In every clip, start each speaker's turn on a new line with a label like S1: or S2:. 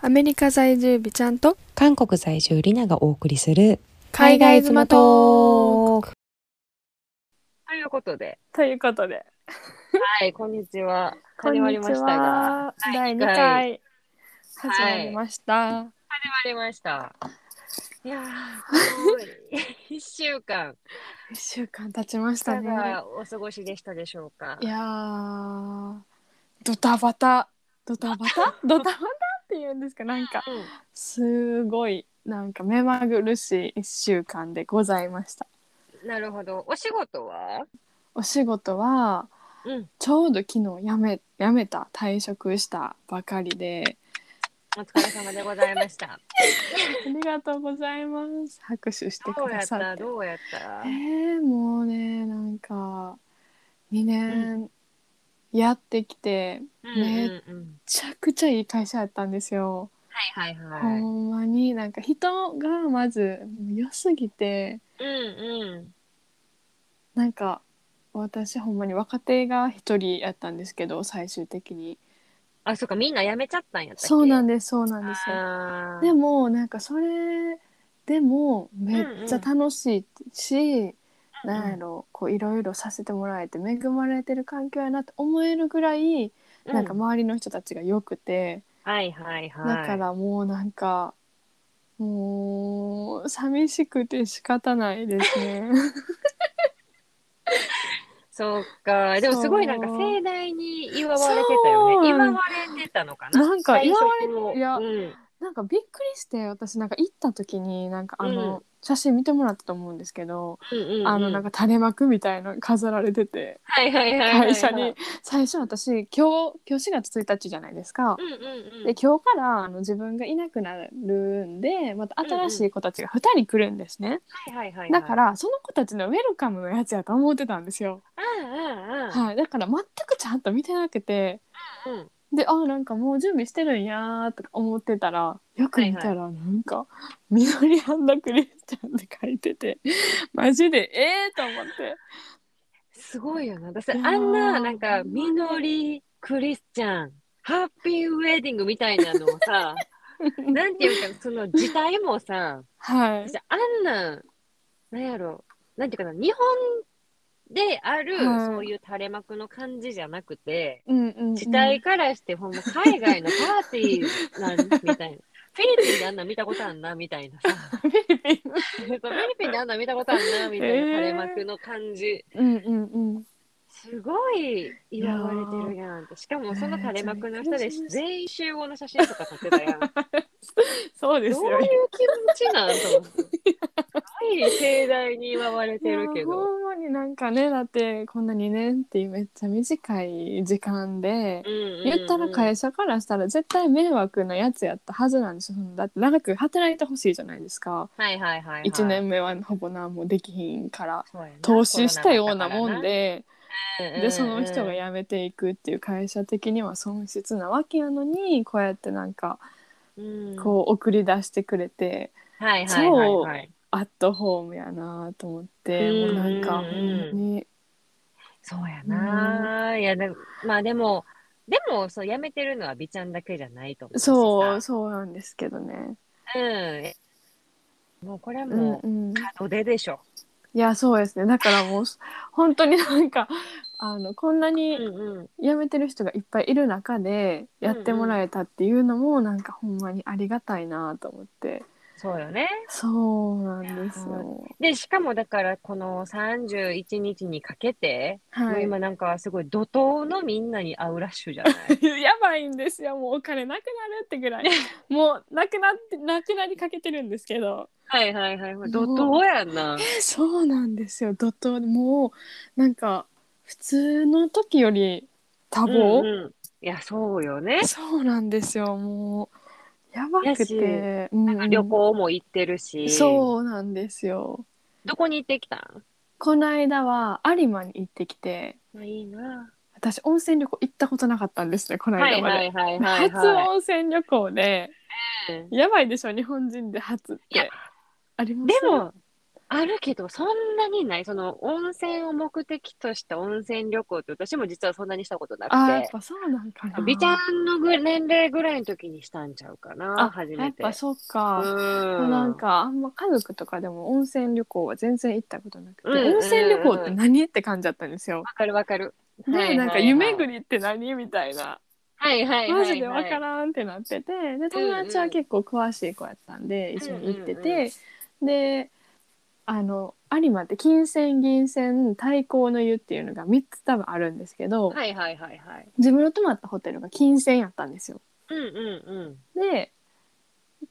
S1: アメリカ在住美ちゃんと
S2: 韓国在住リナがお送りする
S1: 海外妻トーク
S2: ということで、
S1: ということで
S2: はい、こんにちは。始まりましたが、
S1: こんにちは第
S2: 第二
S1: 2
S2: 回
S1: 回
S2: はい
S1: 始まりました、
S2: 始まりました。いやー、すごい一週間、
S1: 1週間経ちまし
S2: い
S1: た
S2: か
S1: ね
S2: がお過ごしでしたでしょうか
S1: い。やードタバタドタバタ ドタバタっていうんですかなんか
S2: うん
S1: すごいなんか目まぐるしい1週間でございました
S2: なるほど。お仕事は
S1: お仕事は
S2: うん、
S1: ちょうど昨日辞め辞めた退職したばかりで
S2: お疲れ様でござい ました。
S1: ありがとうございます拍手して
S2: ど
S1: く
S2: うや
S1: だ
S2: っ
S1: さったて
S2: どうやった
S1: えー、もうねなんか2年やってきて、
S2: うんうんうん。
S1: めちゃくちゃいい会社やったんですよ、
S2: はいはいはい。
S1: ほんまになんか人がまず良すぎて
S2: うんうん。
S1: なんか私ほんまに若手が一人やったんですけど最終的に
S2: あ、そうか、みんな辞めちゃったんやったっけ
S1: そうなん
S2: で
S1: ですそうなんですよ
S2: あー
S1: でもなんかそれでもめっちゃ楽しいし、なんやろこういろいろさせてもらえて恵まれてる環境やなって思えるぐらい、なんか
S2: う
S1: 周りの人たちが良くて、
S2: はいはいはい。
S1: だからもうなんかもう寂しくて仕方ないです ね。
S2: そうか。でもすごいなんか
S1: そう
S2: 盛大に祝われてたよね。
S1: そう
S2: 祝われてたのかな。
S1: なんか
S2: 最初
S1: 祝わ
S2: を
S1: れいや
S2: うん
S1: なんかびっくりして私なんか行った時になんかあの、
S2: うん
S1: 写真見てもらったと思うんですけど、
S2: うんうん、
S1: あのなん
S2: か、
S1: か垂れ幕みたいなの飾られてて。
S2: はいはいはいはいはい、
S1: 会社に最初私今日今日4月1日じゃないですか
S2: う。んうんうん。
S1: で今日からあの自分がいなくなるんでまた新しい子たちが2人来るんですね、
S2: はいはいはいはい、
S1: だか、らその子たちのウェルカムのやつやと思ってたんですよ、
S2: うんうんうん。
S1: はい、だから全くちゃんと見てなくて
S2: うん
S1: であなんかもう準備してるんやーとか思ってたらよく見たらなんか「緑ハンダクリスチャン」って書いててマジでええー、と思って
S2: すごいよな。私、あ
S1: いやー
S2: んな、なんか、みのり、クリスチャン、ハッピーウェディングみたいなの をさ、なんていうか、その時代もさ、
S1: はい
S2: 私、あんなん、なんやろ、なんていうかな、日本である、
S1: はい
S2: そういう垂れ幕の感じじゃなくて、
S1: うんうんうん
S2: 時代からして、ほんま海外のパーティーなん みたいな。フィリピンであんなん見たことあんなみたいなさ。
S1: フィリピン
S2: フィリピンであんなん見たことあんなみたいな
S1: えー
S2: 垂れ幕の感じ。
S1: うんうんうん
S2: すごい祝われてるやんって。しかもその垂れ幕の人
S1: えーちょっと
S2: で
S1: びっくりしました
S2: 全員集合の写真とか撮ってたやん。ど
S1: そうで
S2: ういう
S1: す
S2: 気
S1: よ。
S2: 持ちなんと 思って。すごい盛大に祝われてるけ
S1: いや
S2: ど。
S1: ほんまになんかねだってこんな2年っていうめっちゃ短い時間で、
S2: うんうんうん
S1: 言ったら会社からしたら絶対迷惑なやつやったはずなんですよそのだって長く働いてほしいじゃないですか、
S2: はいはいはい、はい。
S1: 一1年目はほぼ何もできひんから
S2: そうやな
S1: 投資したようなもん、で、
S2: コロナだからな
S1: でその人が
S2: うんうん
S1: 辞めていくっていう会社的には損失なわけやのにこうやってなんか
S2: うん
S1: こう送り出してくれて。
S2: うんはいはいはいはい。
S1: アットホームやなと思って、
S2: うん
S1: もうなんか、ほんまに
S2: そうやな、いやでもまあでもでもそう辞めてるのは美ちゃんだけじゃないと思うしさ
S1: そうそうなんですけどね。
S2: うんもうこれは
S1: うん
S2: もう
S1: うん、い
S2: 門出でしょ、
S1: やそうですねだからもう本当になんか あのこんな
S2: う
S1: に
S2: んうん、
S1: 辞めてる人がいっぱいいる中でやってもらえたっていうのもなんかほんまにありがたいなと思って
S2: そうよね
S1: そうなんですよ。
S2: でしかもだからこの31日にかけて、
S1: は
S2: もう
S1: い、
S2: 今なんかすごい怒涛のみんなに会うラッシュじゃな い
S1: やばいんですよもうお金なくなるってぐ らいもうなくなってなくなりかけてるんですけど。
S2: はいはいはい怒涛やんな
S1: そうなんですよ怒涛でもうなんか普通の時より多忙、
S2: うんうんいやそうよ ね
S1: そうなんですよもうやば
S2: や
S1: く、
S2: して
S1: うんうん
S2: 旅行も行ってるし
S1: そうなんですよ
S2: どこに行ってきたん
S1: この間は有馬に行ってきて
S2: あいいな
S1: 私温泉旅行行ったことなかったんですねこの
S2: はい
S1: 間まで、
S2: はいはいはい、
S1: 初
S2: は
S1: 温泉旅行で
S2: い、うん
S1: やばいでしょ日本人で初っ
S2: いや
S1: てありま
S2: ですも、あるけど、そんなにない。その、温泉を目的とした温泉旅行って、私も実はそんなにしたことな
S1: あーやっ
S2: く
S1: ぱそうなんかな
S2: て、美ちゃんのぐ年齢ぐらいの時にしたんちゃうかな、
S1: あ
S2: 初
S1: や
S2: め。
S1: ってぱそうか、
S2: うん
S1: なんかあんま家族とかでも温泉旅行は全然行ったことなくて、
S2: うんうんうん
S1: 温泉旅行って何って感じだったんですよ。
S2: わかるわかる。
S1: で、
S2: はいはいはい
S1: なんか夢ぐりって何みたいな、
S2: はいはいはい、はい。
S1: マジでわからんってなっててで友達は結構詳しい子やったんで一緒に行ってて、
S2: うんうん
S1: であの有馬って金銭銀銭太閤の湯っていうのが3つ多分あるんですけど、
S2: はいはいはいはい。
S1: 自分の泊まったホテルが金銭やったんですよ。
S2: うんうん
S1: で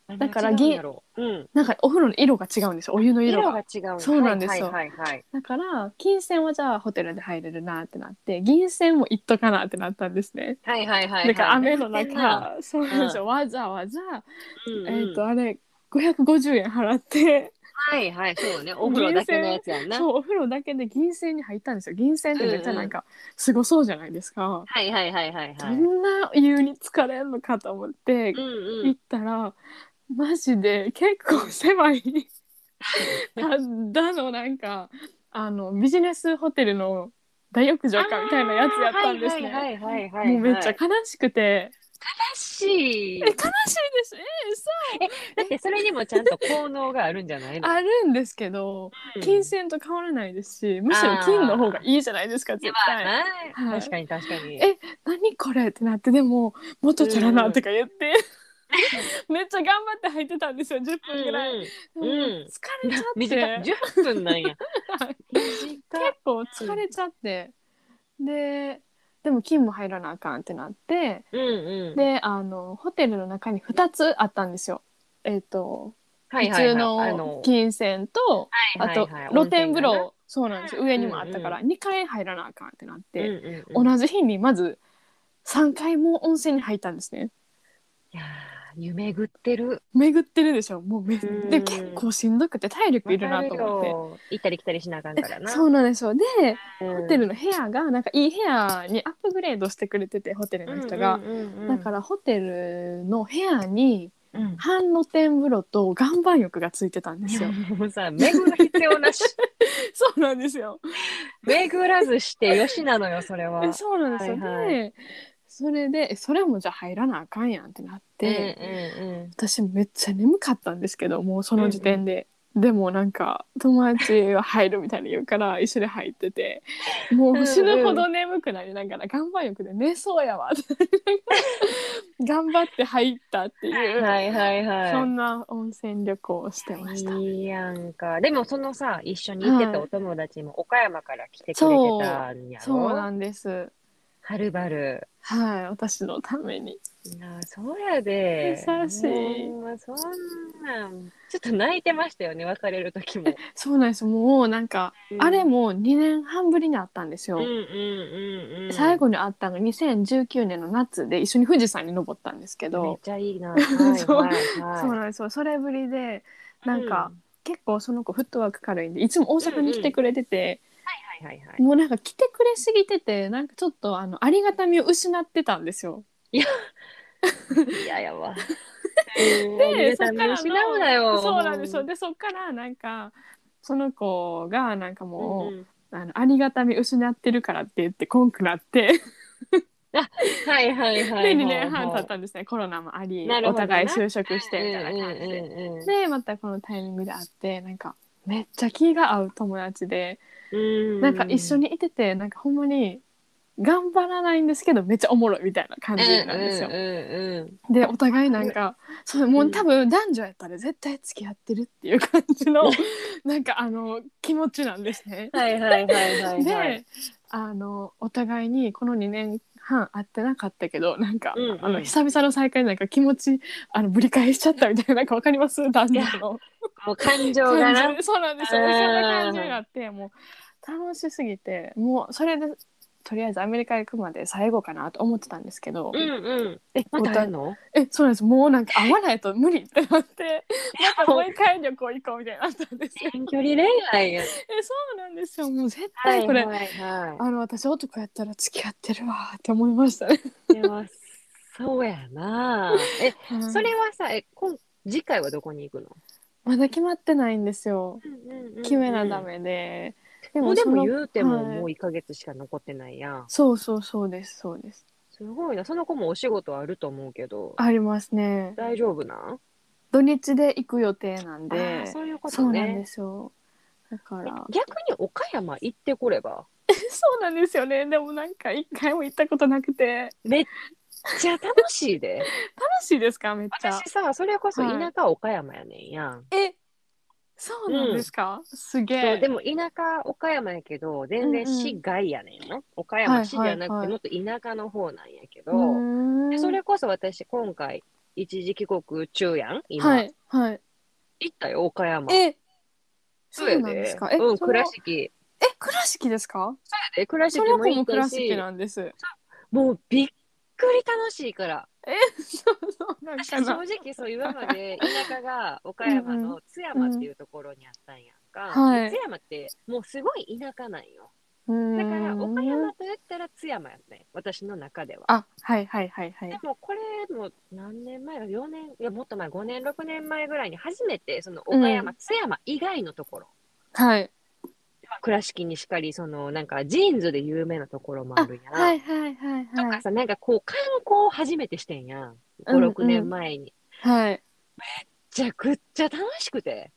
S2: うん。
S1: だから
S2: 何が違うんやろううん。
S1: なんかお風呂の色が違うんですよお湯の色が。
S2: 色が違うんや
S1: そうなんですよ
S2: はいはいはいはい。
S1: だから金銭はじゃあホテルで入れるなってなって銀銭も行っとかなってなったんですね。
S2: はいはいはいはい。
S1: だから雨の
S2: 変な、
S1: 中そうなんですよ、わざわざ、
S2: うんうん
S1: えっ、とあれ550円払って
S2: はいはい、そうね。お風呂だけのやつやんな。
S1: そうお風呂だけで銀銭に入ったんですよ銀銭ってめっちゃなんかすごそうじゃないですか、
S2: はいはいはいはいはい。
S1: どんな湯に疲れんのかと思って
S2: うんう
S1: 行っ
S2: ん。
S1: たら、マジで結構狭い ただのなんかあのビジネスホテルの大浴場かみたいなやつやったんですね。
S2: はいはいはいはいはい、
S1: もうめっちゃ悲しくて、
S2: 悲しい。
S1: え悲しいですえ嘘
S2: だってそれにもちゃんと効能があるんじゃないの
S1: あるんですけど、
S2: うん
S1: 金銭と変わらないですしむしろ金の方がいいじゃないですか
S2: で
S1: 絶
S2: は
S1: 対
S2: ない
S1: はい
S2: 確かに確かに。
S1: え何これってなってでももっとちゃらなとか言って、 めっちゃ頑張って入ってたんですよ10分ぐらい、
S2: うんうん
S1: でも
S2: うん
S1: 疲れちゃって
S2: 短い10分なんや。
S1: はい
S2: 短い
S1: 結構疲れちゃって、ででも金も入らなあかんってなって
S2: うんうん。
S1: であのホテルの中に2つあったんですよ。えっ、と
S2: はい
S1: 普
S2: はいはい
S1: 通の金銭とあと露天風。
S2: はいはいはい
S1: 呂そうなんですよ
S2: うん
S1: 上にもあったから
S2: う
S1: 2回入らなあかんってなっ
S2: 温
S1: て
S2: 泉だなうんうんうん
S1: 同じ日にまず3回も温泉に入ったんですね
S2: いやー夢ぐってる。
S1: 巡ってるでしょもうめ
S2: うん
S1: で結構しんどくて体力いるなと思
S2: わかるよ行ったり来たりしなあかん
S1: っ
S2: から
S1: て
S2: な。
S1: そうなんですよで
S2: うん
S1: ホテルの部屋がなんかいい部屋にアップグレードしてくれててホテルの人が
S2: うんうんうんうん
S1: だからホテルの部屋に
S2: うん
S1: 半露天風呂と岩盤浴がついてたんで
S2: い
S1: す
S2: や
S1: よ
S2: もうさ巡る必要 なし
S1: そうなんですよ
S2: 巡らずしてよしなのよそれは。
S1: えそうなんですよ、
S2: はいはい
S1: でそれでえそれもじゃあ入らなあかんやんってなって、
S2: うんうんうん
S1: 私めっちゃ眠かったんですけどもうその時点で、でもなんか友達は入るみたいに言うから一緒に入って ても
S2: んうん
S1: う死ぬほど眠くなりながら岩盤浴で寝そうやわって頑張って 入ったっていう、
S2: はいはいはい。
S1: そんな温泉旅行をしてました。
S2: いいやんか。でもそのさ一緒に行って
S1: はい
S2: たお友達も岡山から来てくれてたんや
S1: そうな
S2: ろ。
S1: んです
S2: はるばる。
S1: はい私のために
S2: なあそうやで。
S1: 優しい
S2: ほんまそんなんちょっと泣いてましたよね別れる時も。
S1: そうなんですもうなんか あれも2年半ぶりに会ったんですよ。
S2: うんうんうんうん。
S1: 最後に会ったのが2019年の夏で一緒に富士山に登ったんですけ
S2: めっ
S1: ど、
S2: ちゃいいな。
S1: そう
S2: はいはい
S1: そう
S2: はい
S1: なんですよそれぶりでなんか、、結構その子フットワーク軽いんでいつも大阪に来てくれてて、
S2: うん はいはいはい。
S1: もうなんか来てくれすぎててなんかちょっとあのありがたみを失ってたんですよ。
S2: いややわ。
S1: で
S2: で
S1: そっからの
S2: 失うなよ。
S1: そうなんですよでそっからなんかその子がなんかもう、
S2: うんうん
S1: あのありがたみ失ってるからって言ってこんくなって。
S2: はいはいはい はい。
S1: で2年半経ったんですねコロナもあり
S2: なる
S1: お
S2: ほどな
S1: 互い就職してみ
S2: み
S1: たいな感じで、
S2: で。
S1: でまたこのタイミングで会ってなんかめっちゃ気が合う友達で、
S2: う
S1: なんか一緒にいててなんかほんまに頑張らないんですけどめっちゃおもろいみたいな感じなんですよ。
S2: うんうん
S1: でお互いなんかそうもう多分男女やったら絶対付き合ってるっていう感じのなんかあの気持ちなんですね
S2: うん。。はいはいはいはいはい。
S1: であのお互いにこの2年半会ってなかったけどなんか、
S2: うんうん
S1: あの久々の再会でなんか気持ちあのぶり返しちゃったみたいななんかわかります男女の
S2: もう感情が
S1: 感
S2: な。
S1: じそうなんですよ
S2: う
S1: そ
S2: ん
S1: んな感じになってもう楽しすぎてもうそれでとりあえずアメリカ行くまで最後かなと思ってたんですけど、
S2: うんうん。え、また会えんの
S1: えそうなんですもうなんか会わないと無理ってなってまたもう一回旅行行こうみたいになったんですよ。
S2: 遠距離恋愛や。
S1: えそうなんですよもう絶対これ、
S2: はいはいは
S1: あの私男やったら付き合ってるわーって思いましたね。
S2: い。でもそうやな。え、
S1: はい
S2: それはさ、え、今次回はどこに行くの
S1: まだ決まってないんですよ決めなダメで、
S2: もうで
S1: その
S2: も言うても
S1: はい
S2: もう1ヶ月しか残ってないやん、
S1: そうそうそうですそうです
S2: すごいなその子もお仕事あると思うけど
S1: ありますね
S2: 大丈夫なん
S1: 土日で行く予定なん
S2: あ
S1: で
S2: ーそういうこ
S1: そ
S2: と
S1: うなんで
S2: ね
S1: すよだから
S2: 逆に岡山行ってこれば
S1: そうなんですよねでもなんか一回も行ったことなくて
S2: めっちゃ楽しいで
S1: 楽しいですかめっちゃ
S2: 私さそれこそ田舎岡山やねんやん、
S1: えそうなんですか、すげ
S2: そう
S1: え
S2: でも田舎岡山やけど全然市外やねんよ、岡
S1: は
S2: 山
S1: い
S2: 市じゃな
S1: は
S2: く
S1: いは
S2: て
S1: い
S2: もっと田舎の方なんやけど、
S1: うーん
S2: でそれこそ私今回一時帰国中やん今、
S1: はいはい
S2: 行ったよ岡山
S1: え
S2: そ
S1: そ
S2: う
S1: う
S2: や
S1: なんです
S2: で
S1: かえ、
S2: うん
S1: それ
S2: 倉
S1: は
S2: 敷
S1: え倉敷ですか
S2: そうやで倉敷
S1: それは
S2: も行
S1: も
S2: っ
S1: 倉
S2: た
S1: 敷
S2: し
S1: なんです
S2: もうびっくり楽しいから
S1: えそうそうなん
S2: 私
S1: か
S2: 正
S1: な
S2: 直そう今 まで田舎が岡山の津山っていうところにあったんやんか、
S1: うんはい
S2: で津山ってもうすごい田舎なんよだ
S1: だ
S2: から岡山と言ったら津山やったんよ私の中では
S1: あはいはいはいは
S2: で
S1: い
S2: もこれも何年前だ4年いやもっと前5年6年前ぐらいに初めてその岡山、
S1: う
S2: 津山以外のところ
S1: はい
S2: まあ倉敷にしかりそのなんかジーンズで有名なところもあ
S1: あ
S2: るやん、
S1: はいはいはい
S2: と
S1: は
S2: か
S1: い
S2: さなんかこう観光を初めてしてんやん
S1: うんうん
S2: 56年前に、め
S1: はい
S2: ちゃくちゃ楽しくて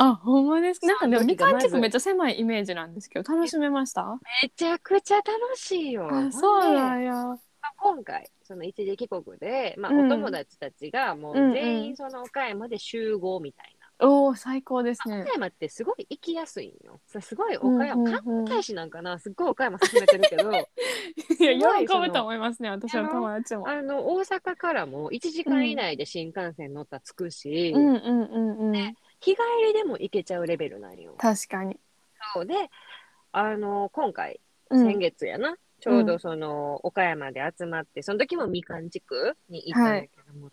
S1: あほんまです
S2: そう
S1: なんかでも
S2: 時
S1: み
S2: がまず
S1: かん地区めっちゃ狭いイメージなんですけど楽しめました
S2: めちゃくちゃ楽しいよ
S1: あそう
S2: ほん
S1: な
S2: で
S1: んや
S2: まあ今回その一時帰国で、まあ、
S1: うん
S2: お友達たちがも
S1: うんう
S2: うん全員その岡山で集合みたいな、
S1: おお最高ですね
S2: 岡山ってすごい行きやすいんよ。さすごい岡山、
S1: うんうんうん
S2: 観光大使なんかな、すっごい岡山勧めてるけ ど、
S1: いや
S2: すごい
S1: 喜ぶと思いますね私の友達も
S2: あの大阪からも1時間以内で新幹線乗ったら着くし、
S1: うんうんうんうん
S2: 日帰りでも行けちゃうレベルなんよ。
S1: 確かに
S2: そうで、あの今回、
S1: うん
S2: 先月やな、ちょうどその岡山で集まって、その時もみかん地区に行ったんだけど、もう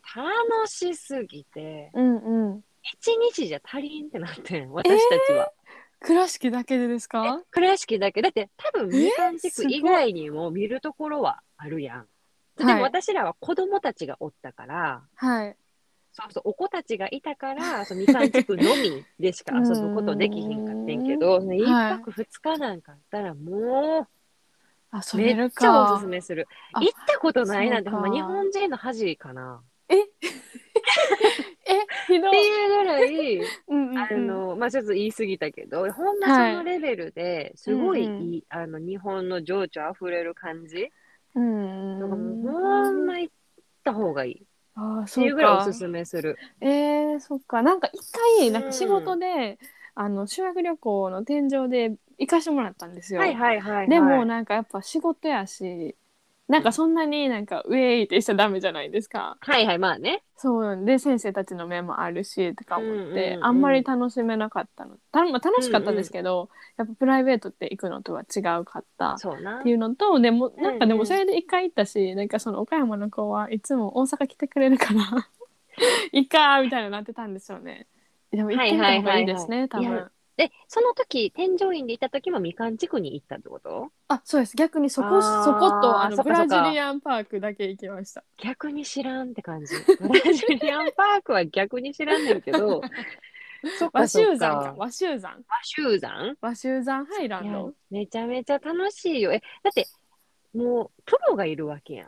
S2: 楽しすぎて、
S1: うんうん
S2: 1日じゃ足りんってなってん、私たちは。
S1: 倉敷だけでですか
S2: 倉敷だけだって多分みかん地
S1: す
S2: 区
S1: ごい
S2: 以外にも見るところはあるやん、で
S1: はい
S2: も私らは子供たちがおったから
S1: はい
S2: そうそうお子たちがいたから そのみかん地区のみでしか遊ぶことできひんかってんけどその一
S1: はい
S2: 泊二日なんかあったらもう
S1: 遊
S2: め
S1: べ
S2: っ
S1: る
S2: ちゃ
S1: か
S2: おすすめする
S1: あ
S2: 行ったことないなんて
S1: そう
S2: ほ
S1: か
S2: んま日本人の恥 かな
S1: えひど
S2: っ
S1: い
S2: ていうぐらい
S1: うんうんうん
S2: あのまあちょっと言い過ぎたけどほんまそのレベルですごいいい、
S1: うんうん
S2: あの日本の情緒あふれる感じ
S1: うん
S2: だからもうほんま行った方がいいっ
S1: ああ
S2: て
S1: そ
S2: いう
S1: う
S2: ぐらいお
S1: か
S2: すすめする。
S1: えー、そっかなんか一
S2: う
S1: 回
S2: ん
S1: なんか仕事で、あの修学旅行の天井で行かしてもらったんですよ、
S2: はいはいはい、はい。
S1: でもなんかやっぱ仕事やしなんかそんなになんかウェイってしちゃダメじゃないですか
S2: はいはいまあね。
S1: そうで先生たちの目もあるしとか思って、
S2: うんうんうん
S1: あんまり楽しめなかったのた、まあ、楽しかったんですけど、やっぱプライベートって行くのとは違うかった
S2: そうな。
S1: っ
S2: う
S1: ていうのとでもなんかで
S2: うんう
S1: も
S2: ん
S1: それで一回行ったし、なんかその岡山の子はいつも大阪来てくれるから いいかみたいななってたんですよねでも行ってみた方がいいですね、
S2: はいはいはいはい
S1: 多
S2: い
S1: 分
S2: でその時添乗員でいた時もみかん地区に行ったってこと
S1: あそうです逆にそ
S2: あ
S1: こ
S2: ー
S1: そことあ
S2: そ
S1: の
S2: っ
S1: ブ
S2: か
S1: ラ
S2: そっか
S1: ジリアンパークだけ行きました
S2: 逆に知らんって感じ。ブラジリアンパークは逆に知らんねん けどそっ
S1: 和
S2: かそ
S1: 州
S2: っ
S1: 山
S2: か
S1: か和州山
S2: 和州山
S1: 和州山ハイラ
S2: い
S1: ン
S2: や
S1: ド
S2: めちゃめちゃ楽しいよ。えだってもうプロがいるわけやん。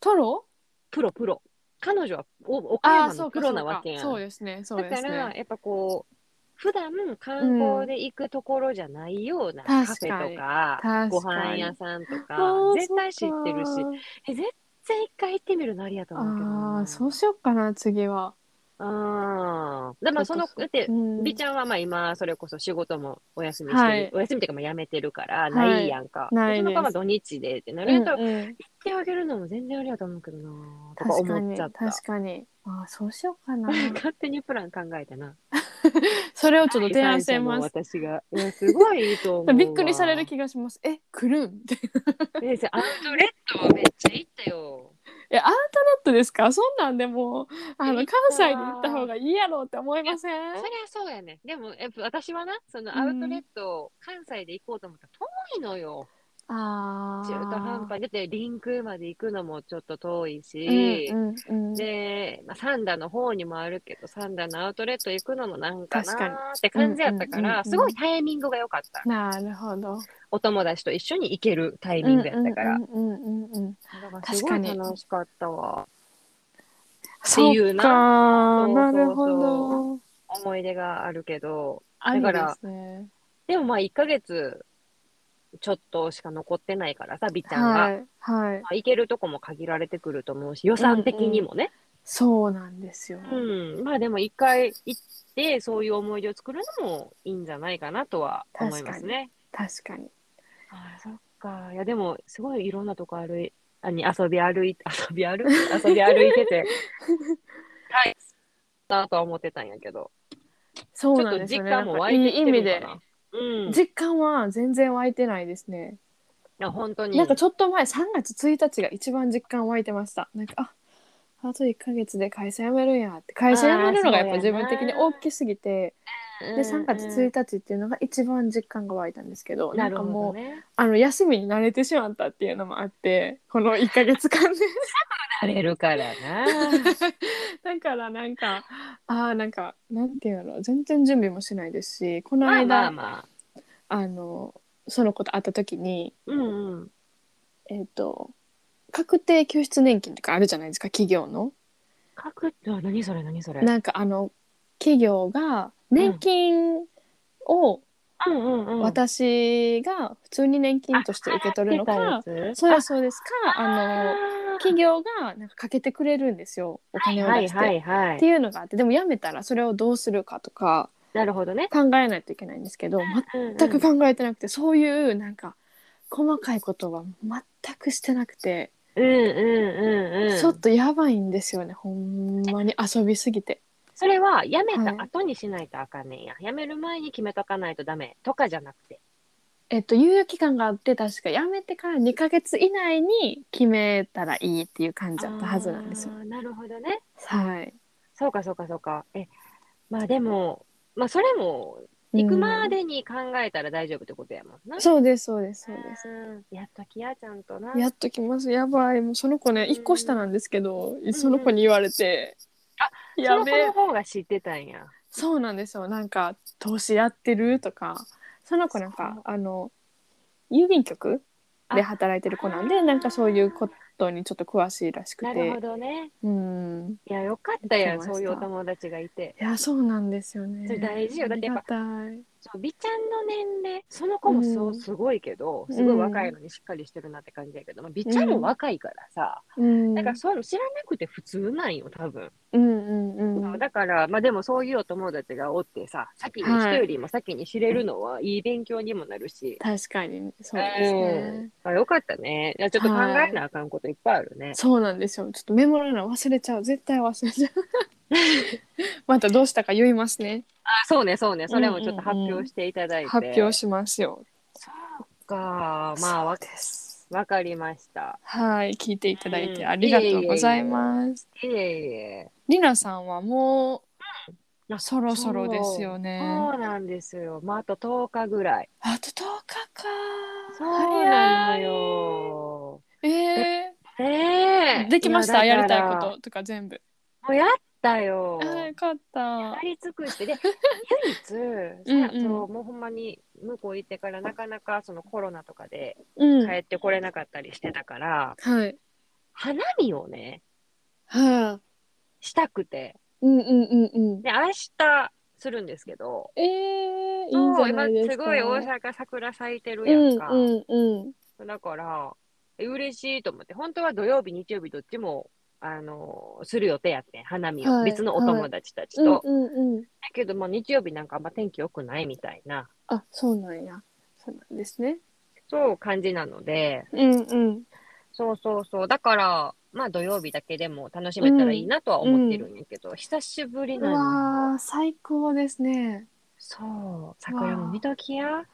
S1: トロ
S2: プロプロ。彼女はお岡
S1: ああ
S2: 山
S1: ーそ
S2: の
S1: うか
S2: プロ
S1: そう
S2: なわ
S1: か
S2: けやん。
S1: そうですねそう
S2: だ
S1: で
S2: か
S1: す
S2: ら
S1: ね
S2: やっぱこう普段観光で行くところじゃないようなカ
S1: うん
S2: フェとか,、ご
S1: 確か
S2: 飯
S1: に
S2: 屋さんとか
S1: あー
S2: 絶対知ってるし
S1: そっか
S2: え絶対一回行ってみるのありやと思うけど
S1: あ
S2: な
S1: あそうしようかな次は
S2: あーでもそのだって
S1: うん
S2: りちゃんはまあ今それこそ仕事もお休みしてる、
S1: はい
S2: お休みっていうかまあ辞めてるから
S1: い
S2: ないやんか、
S1: ない
S2: その
S1: で
S2: 子
S1: す
S2: は土日でってな
S1: う
S2: る
S1: ん
S2: と、行っ
S1: うん
S2: てあげるのも全然ありやと思うけどなとか
S1: 確か
S2: 思っ
S1: に
S2: ちゃった
S1: 確かにあそうしようかな
S2: 勝手にプラン考えたな
S1: それをちょっと提案して ま
S2: 第
S1: す
S2: 三者の私がいやすごいいいと思うわ
S1: びっくりされる気がしますえ来るんって い
S2: えじゃあアウトレットはめっちゃ行ったよ
S1: やアウトレットですかそんなんでもあ
S2: い
S1: の関
S2: いか
S1: 西に行った方がいいやろうって思いません
S2: そりゃそうやねでもやっぱ私はなそのアウトレットを関西で行こうと思ったら遠いのよ、
S1: ああ
S2: 中途半端にだってリンクまで行くのもちょっと遠いし、
S1: うんうんうん、
S2: で、まあ、サンダの方にもあるけどサンダのアウトレット行くのもなんかな
S1: 確かに
S2: ーって感じやった
S1: う
S2: から、
S1: んうんうんうん
S2: すごいタイミングが良かった
S1: なるほど
S2: お友達と一緒に行けるタイミングやったから、
S1: うんうんうんうんうん、
S2: だから
S1: 確
S2: すご
S1: か
S2: い
S1: に
S2: 楽しかったわ
S1: そ
S2: っていうな
S1: っか
S2: そうそうそう
S1: なるほど
S2: 思い出があるけど
S1: あり
S2: だから
S1: ですね
S2: でもまあ1ヶ月ちょっとしか残ってないからさ美ちゃんが、
S1: はいはい
S2: まあ行けるとこも限られてくると思うし予算的にもね、
S1: そうなんですよ、
S2: うん、まあでも一回行ってそういう思い出を作るのもいいんじゃないかなとは思いますね。
S1: 確かに
S2: ああそっかいやでもすごいいろんなとこ歩いあに遊び歩い 遊び歩い遊び歩 いててはいなとは思ってたんやけどち
S1: そ
S2: ょ
S1: うな
S2: っ
S1: ん
S2: と
S1: です
S2: 実
S1: よね
S2: 感も湧いてきてるのか
S1: なんか
S2: な。うん、
S1: いい意味
S2: い
S1: で実感は全然湧いてないですね、
S2: や本当に
S1: なんかちょっと前3月1日が一番実感湧いてましたなんかああと1ヶ月で会社辞めるんやって会社辞めるのがやっぱ自分的に大きすぎて
S2: うん
S1: で3月
S2: うん
S1: 1日っていうのが一番実感が湧いたんですけどな
S2: なんる
S1: か
S2: ほ
S1: も
S2: ど
S1: う、
S2: ね。
S1: あの休みに慣れてしまったっていうのもあってこの1ヶ月間で
S2: 慣れるからな。
S1: だからなんかああんかなんていうの全然準備もしないですしこの
S2: まあ
S1: 間、
S2: まあまあ。
S1: あのその子と会った時に
S2: うんうん。
S1: えっ、と確定拠出年金とかあるじゃないですか企業の。
S2: 書くって何それ何それ。
S1: なんかあの企業が年金を
S2: うんうんうん。
S1: 私が普通に年金として受け取るのか、
S2: あ。払ってたやつ
S1: そうですそうですかあの
S2: あー
S1: 企業がなんかかけてくれるんですよお金を
S2: は
S1: 出
S2: い
S1: して。
S2: はいは
S1: って
S2: い。
S1: いうのがあってでも辞めたらそれをどうするかとか
S2: なるほどね。
S1: 考えないといけないんですけど全く考えてなくて、そういうなんか細かいことは全くしてなくて、
S2: うんうんうんうん。
S1: ちょっとやばいんですよねほんまに遊びすぎて。
S2: それは辞め
S1: はい
S2: た後にしないとあかんねんや。辞める前に決めとかないとダメとかじゃなくて。
S1: えっと、猶予期間があって確か辞めてから2ヶ月以内に決めたらいいっていう感じだったはずなんですよ。
S2: あーなるほどね。
S1: はい、
S2: そうかそうかそうか。え、まあでも、まあそれも行くまでに考えたら大丈夫ってことやもん
S1: う
S2: な。
S1: んそうですそうですそうです。
S2: うんやっときやちゃんとな。
S1: やっときますやばいもうその子ね1個下なんですけど、その子に言われて、
S2: そ
S1: や
S2: の子
S1: べ
S2: の
S1: え
S2: 方が知ってたんや。
S1: そうなんですよなんか投資やってるとかその子なんかあの郵便局で働いてる子なんで
S2: あー
S1: なんかそういうことにちょっと詳しいらしく
S2: なるほ
S1: て
S2: どね。
S1: うん
S2: いや、よかったや
S1: 言
S2: ん、
S1: ってました
S2: そういうお友達がいて。
S1: いやそうなんですよね
S2: それ大事よだってやっぱ
S1: ありがたい
S2: そう美ちゃんの年齢その子もそう、
S1: うん
S2: すごいけど
S1: うん
S2: すごい若いのにしっかりしてるなって感じやけど、まあ、美ちゃんも若いからさ、
S1: うん
S2: だからそういうの知らなくて普通なんよ多分、
S1: うんうんうん。
S2: だからまあでもそういうお友達がおってさ先に
S1: はい
S2: 人よりも先に知れるのはいい勉強にもなるし、
S1: 確かにそうですね。
S2: うんあよかったねいやちょっと考えなあかんこといっぱいあるね、
S1: そうなんですよ。ちょっとメモるの忘れちゃう。絶対忘れちゃ う。またどうしたか言いますね。
S2: あそうねそうねそれもちょっと発
S1: うんうんうん
S2: 表していただいて、
S1: 発表しますよ。
S2: そうかまあわ
S1: そうです。
S2: わかりました
S1: はい、聞いていただいてありがとうございます。
S2: いえいえ
S1: りなさんはも
S2: うん
S1: うそろそろですよね。
S2: そうなんですよ。まあ、あと10日ぐらい。
S1: あと10日か。
S2: そうなのよ。
S1: 早い。え
S2: ねえ
S1: ー、できましたやりたい。
S2: だ
S1: こ
S2: から
S1: ととか全部。
S2: もうやったよ
S1: あ。ーよかった
S2: や。り尽 くしてで唯一
S1: うんうん
S2: そうもうほんまに向こう行ってからなかなかそのコロナとかで
S1: うん。
S2: 帰ってこれなかったりしてたから、
S1: はい。
S2: 花見をね
S1: はあ。
S2: したくて
S1: うんうんうんうん。
S2: で明日するんですけど
S1: ええいいん
S2: そ
S1: じ
S2: う
S1: ゃないで
S2: 今
S1: す
S2: す
S1: か。
S2: ごい大阪桜咲いてるやんか、
S1: うんうんうん。
S2: だから、え嬉しいと思って、本当は土曜日、日曜日、どっちも、あのーする予定やってん、花見を、
S1: はい
S2: 別のお友達たちと。
S1: うん
S2: だ
S1: うんうん。
S2: けど、まあ、日曜日なんかあんま天気良くないみたいな、
S1: あ、そうなんや。そうなんですね。
S2: そう感じなので、
S1: うんうん。
S2: そうそうそう、だから、まあ、土曜日だけでも楽しめたらいいなとは思ってるんやけど、久しぶり
S1: う
S2: なの。
S1: わー、最高ですね。
S2: そう、桜も見ときや。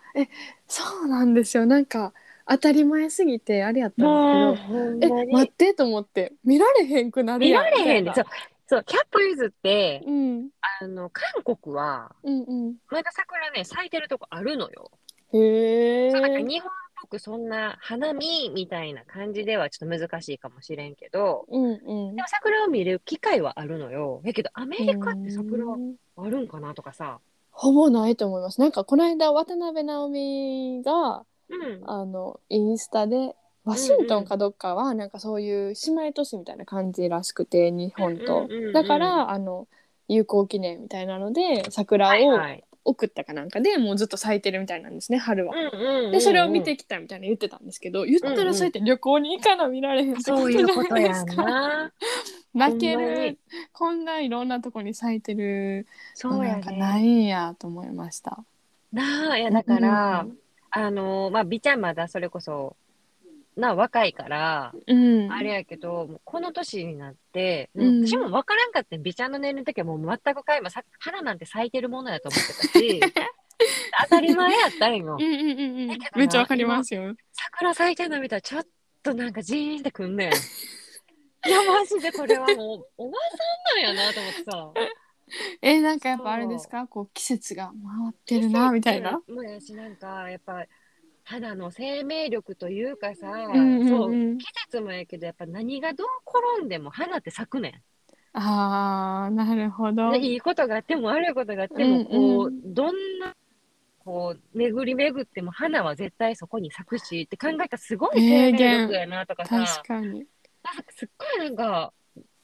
S1: そうなんですよ。なんか当たり前すぎてあれやったん
S2: もう、
S1: です
S2: ほん
S1: け
S2: ま
S1: ど。え、待
S2: に
S1: っ。てと思って見られへんくなる
S2: 見
S1: やん。
S2: られへん
S1: みた
S2: で、そ、
S1: いう
S2: そう、キャップユズって、
S1: なうん
S2: あの、韓国は、
S1: うんうん。
S2: まだ桜ね、咲いてるとこあるのよ。
S1: へえ
S2: そうなんか。日本っぽくそんな花見みたいな感じではちょっと難しいかもしれんけど、
S1: うんうん
S2: でも桜を見る機会はあるのよ。やけどアメリカって桜
S1: うん
S2: あるんかなとかさ。
S1: ほぼないと思いますなんかこの間渡辺直美が
S2: うん。
S1: あのインスタでワシントンかどっかはなんかそういう姉妹都市みたいな感じらしくて日本と
S2: うんうんうんうん
S1: だからあの有効記念みたいなので桜
S2: はい
S1: を
S2: はい。
S1: 送ったかなんかでもうずっと咲いてるみたいなんですね春は。
S2: うんうんうんうん
S1: でそれを見てきたみたいな言ってたんですけど言ったらそうやって旅行に行かな見られへんって
S2: そういうこ
S1: じ
S2: と
S1: ゃなん
S2: や
S1: いですか
S2: な。
S1: 泣け
S2: ほんまに
S1: るこんないろんなとこに咲いてる
S2: そ
S1: の
S2: う
S1: な
S2: や
S1: んか
S2: ね。
S1: ないんやと思いました。
S2: なあ、いやだから、
S1: うん
S2: あの、まあ、美ちゃんまだそれこそ、なあ、若いから、
S1: うん、
S2: あれやけど、もうこの年になって、
S1: うん
S2: 私も分からんかってん、美ちゃんの年齢の時はもう全くかいま、さ花なんて咲いてるものやと思ってたし、 当たり前やったんよ
S1: うん。うんうんうん
S2: だけどな
S1: めっちゃわかりますよ。
S2: 桜咲いてるの見たらちょっとなんかジーンってくんねん。いや、マジでこれはもう、おばさんなんやなと思ってさ。
S1: えなんかやっぱあれですかこう季節が回ってるなみたいな。
S2: もやし、なんか、やっぱ、肌の生命力というかさ、
S1: うんうん
S2: そうう、
S1: ん、
S2: 季節もやけど、やっぱ何がどう転んでも花って咲くねん。
S1: あーなるほど。
S2: ね、いいことがあっても悪いことがあっても、こ
S1: うん
S2: う、どんな、こう、巡り巡っても花は絶対そこに咲くしって考えたらすごい生命力やなとかさ、
S1: 確かに。
S2: なんかすっごいなんか、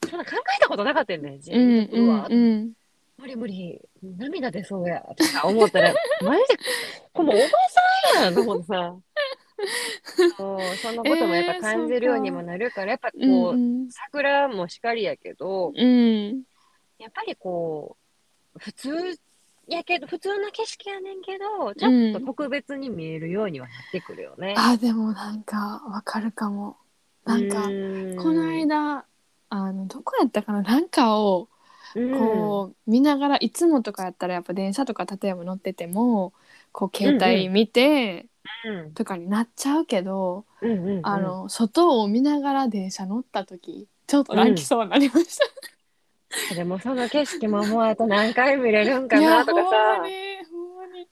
S2: そんな考えたことなかったよね、自
S1: う
S2: 分
S1: ん
S2: で来
S1: う
S2: る
S1: ん
S2: わ。
S1: うん。
S2: 無理無理、涙出そうや、とか思ったら、 マジで、これもうおばさんやんと思って さ、そうそんなこともやっぱ感じるようにもなるから、やっぱこう、
S1: うん
S2: 桜もしかりやけど、
S1: うんうん
S2: やっぱりこう、普通やけど、普通の景色やねんけど、ち
S1: うん
S2: ょっと特別に見えるようにはなってくるよね。
S1: あでもなんかわかるかもなんかこの間あのどこやったかななんかをこう、見ながらいつもとかやったらやっぱ電車とか例えば乗っててもこう携帯見て
S2: うん、うん
S1: とかになっちゃうけど、
S2: うんうんうん
S1: あの外を見ながら電車乗った時ちょっと泣きそうになりました、
S2: でもその景色ももうあと何回見れるんか
S1: いや
S2: な
S1: ほ
S2: と
S1: ん
S2: かさ
S1: まにほんまに
S2: い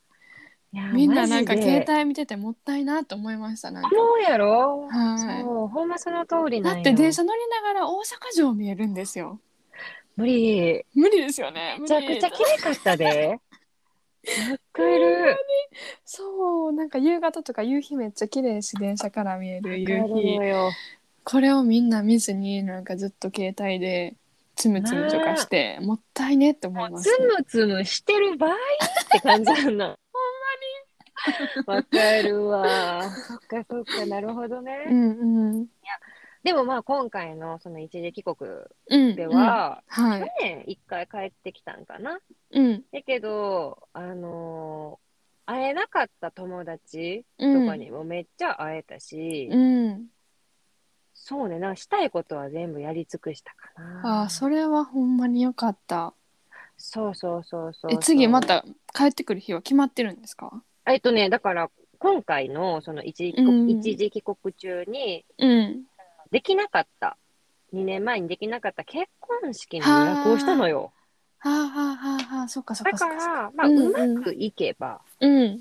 S2: や
S1: みんななんか
S2: マジで
S1: 携帯見ててもったいなと思いましたなんか
S2: 思うやろ、
S1: はい
S2: そうほんまその通りなん
S1: だ
S2: よ
S1: って電車乗りながら大阪城見えるんですよ
S2: 無理
S1: 無理ですよね
S2: めちゃくちゃ綺麗かっ たでわかる
S1: そうなんか夕方とか夕日めっちゃ綺麗し電車から見える夕
S2: わかる
S1: 日
S2: のよ
S1: これをみんな見ずになんかずっと携帯でつむつむとかしてもったいねって思
S2: も
S1: いま
S2: う
S1: す
S2: つ
S1: ね、
S2: むつむしてる場合って感じなんだほんまにわかるわそっかそっかなるほどね、
S1: うんうん
S2: でもまあ今回のその一時帰国
S1: うん
S2: で、は、
S1: うん、は
S2: 去
S1: い、
S2: 年一回帰ってきたんかな
S1: うん
S2: だけど、あのー会えなかった友達と
S1: うん、
S2: かにもめっちゃ会えたし、
S1: うん
S2: そうね、なんかしたいことは全部やり尽くしたかな。
S1: あーそれはほんまによかった
S2: そうそうそうそう
S1: え次ま。た帰ってくる日は決まってるんですか
S2: えっとね、だから今回のその一時帰
S1: うん
S2: 国一時帰国中に
S1: うん
S2: できなかった、2年前にできなかった結婚式の予約をしたのよ。
S1: はあはあはあはあそっかそっ
S2: だ
S1: かそ
S2: か、
S1: っかそっから
S2: まあ、
S1: う
S2: うん
S1: うん
S2: まくいけば、
S1: うん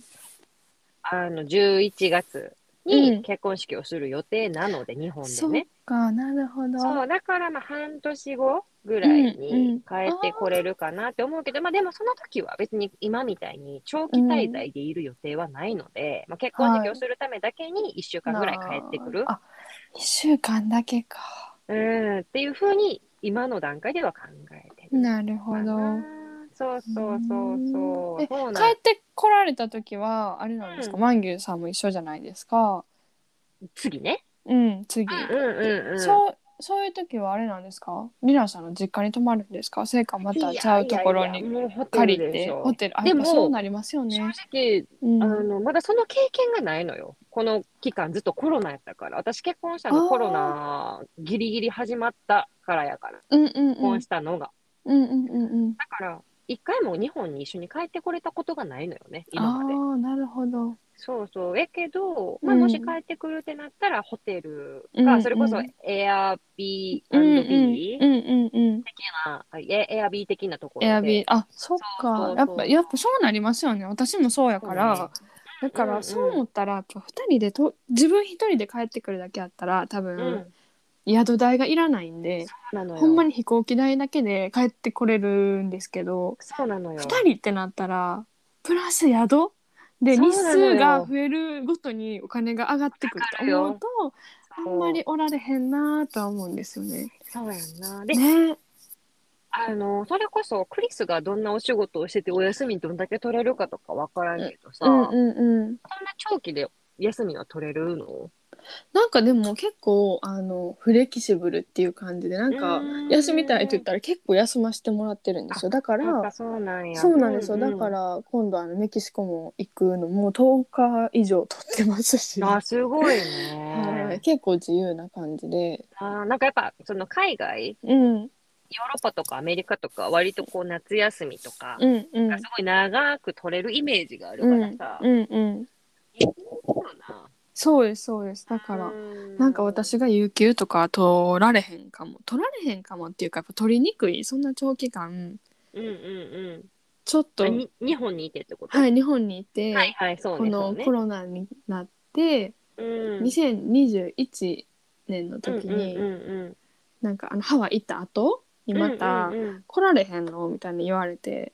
S2: あの、11月
S1: うん
S2: に結婚式をする予定なので、日本で
S1: そ
S2: ね
S1: っ。かなるほど
S2: そう、だからまあ半年後ぐらい
S1: うんうん
S2: に帰ってこれるかなって思うけど、まあでもその時は別に今みたいに長期滞在でいる予定はないので、まあ結婚式をするためだけに1週間ぐらい帰ってくる、
S1: あ1週間だけか
S2: うん、っていうふうに今の段階では考えてる
S1: なるほ
S2: か
S1: ど
S2: な。そうそうそうそう。
S1: え
S2: そう
S1: 帰
S2: なん
S1: ってこられた時はあれなんですか、
S2: うん
S1: マンギュさんも一緒じゃないですか
S2: 次ね。
S1: うん次、
S2: うんうんうん。
S1: そうそういう時はあれなんですかリラさんの実家に泊まるんですかそれかまた
S2: いや
S1: ちゃうところ
S2: いや
S1: に
S2: いやもうホテ
S1: 借
S2: ル
S1: り
S2: でしてょ
S1: ホテルあ
S2: で
S1: やっ
S2: も
S1: ぱそうなりますよ
S2: 正
S1: ね、
S2: 直、
S1: うん、
S2: あのまだその経験がないのよ。この期間ずっとコロナやったから。私結婚した
S1: あー
S2: のコロナギリギリ始まったからやから。
S1: うんうん
S2: 結
S1: うん
S2: 婚したのが。
S1: うんうんうんうん
S2: だから、一回も日本に一緒に帰ってこれたことがないのよね、今
S1: ああ
S2: まで。
S1: ーなるほど
S2: そうそう。えけど、まあ、
S1: うん
S2: もし帰ってくるってなったら、ホテル
S1: うんう
S2: か、
S1: ん
S2: それこそ Airbnb、
S1: うんうんうんうんうん
S2: まあ、え Airb 的なところ
S1: エ
S2: で。
S1: アビーあそっか
S2: そうそうそう
S1: やっぱやっぱそうなりますよね私もそうや
S2: そう
S1: から、だか
S2: うんうん
S1: らそう思ったらやっぱ2人でと自分一人で帰ってくるだけやったら多
S2: う
S1: 分
S2: ん。
S1: 宿代がいらないんで、
S2: そうなのよ。
S1: ほんまに飛行機代だけで帰ってこれるんですけど
S2: そうなのよ。
S1: 2人ってなったらプラス宿で
S2: そう
S1: 日
S2: なのよ
S1: 数が増えるごとにお金が上がってくると思うとあんまりおられへんなとは思うんですよね。
S2: そうやんな。で、
S1: ね
S2: あの、それこそ、クリスがどんなお仕事をしてて、お休みどんだけ取れるかとかわからんけどさ、
S1: うん
S2: そんな
S1: うんうん、
S2: 長期で休みは取れるの
S1: なんかでも結構あのフレキシブルっていう感じでなんか休みたいって言ったたら結構休ませてもらってるんですよだか
S2: なんからそうなんや。
S1: そうなんですよ
S2: う
S1: だから今度あのメキシコも行くのもう10日以上取ってますし、
S2: あ、
S1: は
S2: すごい
S1: い、
S2: ね。
S1: 結構自由な感じで、
S2: あなんかやっぱ、その海外、
S1: うん、
S2: ヨーロッパとかアメリカとか、割とこう夏休みとか、
S1: うんうん
S2: がすごい長く取れるイメージがある
S1: う
S2: か
S1: ん
S2: らさ、
S1: うんうんそうですそうですだからなんか私が有給とか取られへんかも取られへんかもっていうかやっぱ取りにくいそんな長期間
S2: うんうんうん
S1: ちょっと
S2: あに日本にいてってこと
S1: はい日本にいて、
S2: はいはいそう
S1: こ
S2: ね
S1: の
S2: そ
S1: コ
S2: うね
S1: ロナになって、
S2: うん
S1: 2021年の時に、
S2: うんうん
S1: なんかあのハワイ行った後に
S2: うん
S1: また
S2: うんうんうん
S1: 来られへんのみたいに言われて、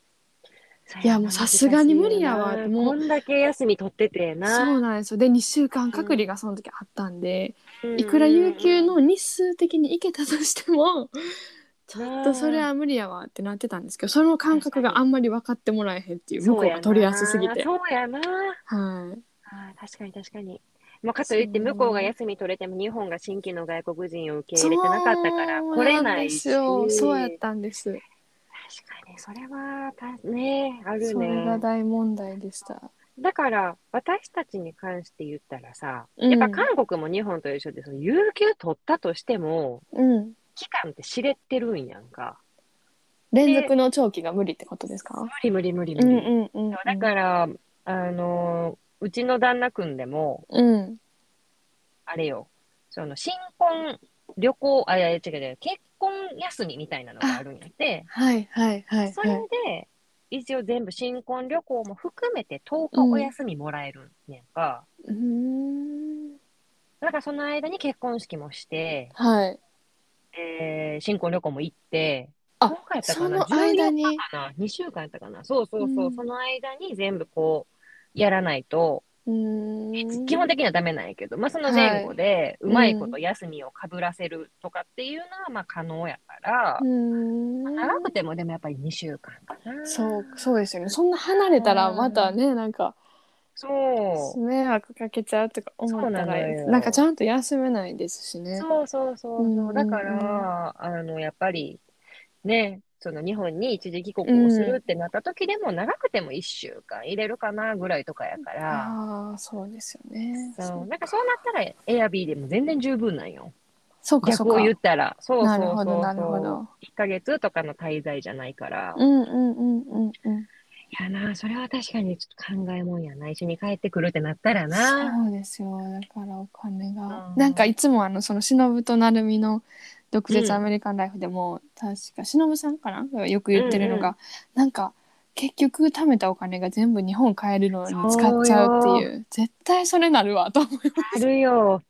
S2: そ
S1: いやもうさすがに無理や
S2: 難
S1: わ
S2: しいよな
S1: もう
S2: こんだけ休み取ってて
S1: そう
S2: な
S1: なんですよで2週間隔離がその時あったんで、いくら有給の日数的に行けたとしても。ちょっとそれは無理やわってなってたんですけどその感覚があんまり分かってもらえへんっていう向こうが取りやすすぎて
S2: そうやなそうやな
S1: はい
S2: あー確かに確かにまあ、かといって
S1: そう
S2: 向こうが休み取れても日本が新規の外国人を受け入れてなかったから
S1: そう
S2: 来れない
S1: んです
S2: し
S1: よそうやったんです
S2: 確かにそれはたねある
S1: それ
S2: ね
S1: が大問題でした
S2: だから私たちに関して言ったらさ、
S1: うん
S2: やっぱ韓国も日本と一緒でその有給取ったとしても
S1: うん
S2: 期間って知れてるんやんか
S1: 連続の長期が無理ってことですか
S2: 無理無理無理無
S1: う
S2: 理、
S1: んうんうんうん
S2: だからあのうちの旦那くんでも
S1: うん
S2: あれよその新婚旅行あいや違う違う結婚休みみたいなのがあるんやって
S1: はいはいはい
S2: そ
S1: は
S2: れ
S1: い
S2: で一応全部新婚旅行も含めて10日お休みもらえるんやんか、
S1: うーん
S2: だからその間に結婚式もして
S1: はい
S2: えー新婚旅行も行って、
S1: あ
S2: 今回やったか
S1: そ
S2: な
S1: の間に
S2: 14日かな ?2 週間やったかなそうそうそう、
S1: うん
S2: その間に全部こう、やらないと、
S1: うーん
S2: 基本的にはダメなんやけど、まあその前後で、うまいこと休みをかぶらせるとかっていうのは、まあ可能やから
S1: う、ーん
S2: 長くてもでもやっぱり2週間かな。
S1: そうそうですよねそんな離れたらまたねなんか
S2: そう。
S1: 迷惑かけちゃうとか思った
S2: そうな
S1: ら
S2: のよ
S1: なんかちゃんと休めないですしね
S2: そうそうそう
S1: うんう
S2: そ
S1: んう
S2: う。
S1: ん
S2: だから、あの、やっぱり、ね、その日本に一時帰国をするってなった時でも、長くても1週間入れるかなぐらいとかやから、
S1: ああそうですよね
S2: そうなんかそうなったらエアビーでも全然十分なんよ。
S1: そうかそ
S2: 逆
S1: う
S2: を
S1: か
S2: 言ったら。そうそう
S1: な
S2: そ
S1: る
S2: う
S1: ほ
S2: そ
S1: ど
S2: う。
S1: なるほど
S2: 1ヶ月とかの滞在じゃないから。い
S1: うんうんうんうんうん
S2: やな、それは確かにちょっと考えもんやな。一緒に帰ってくるってなったらな。
S1: そうですよだからお金が、
S2: うん
S1: なんかいつもあのその忍と成美の「毒
S2: うん
S1: 舌アメリカンライフ」でも、確か忍さんかながよく言ってるの
S2: う
S1: が、なんか結局貯めたお金が全部日本帰るのに使っちゃうっていう絶対それなるわと思いま
S2: あるよ。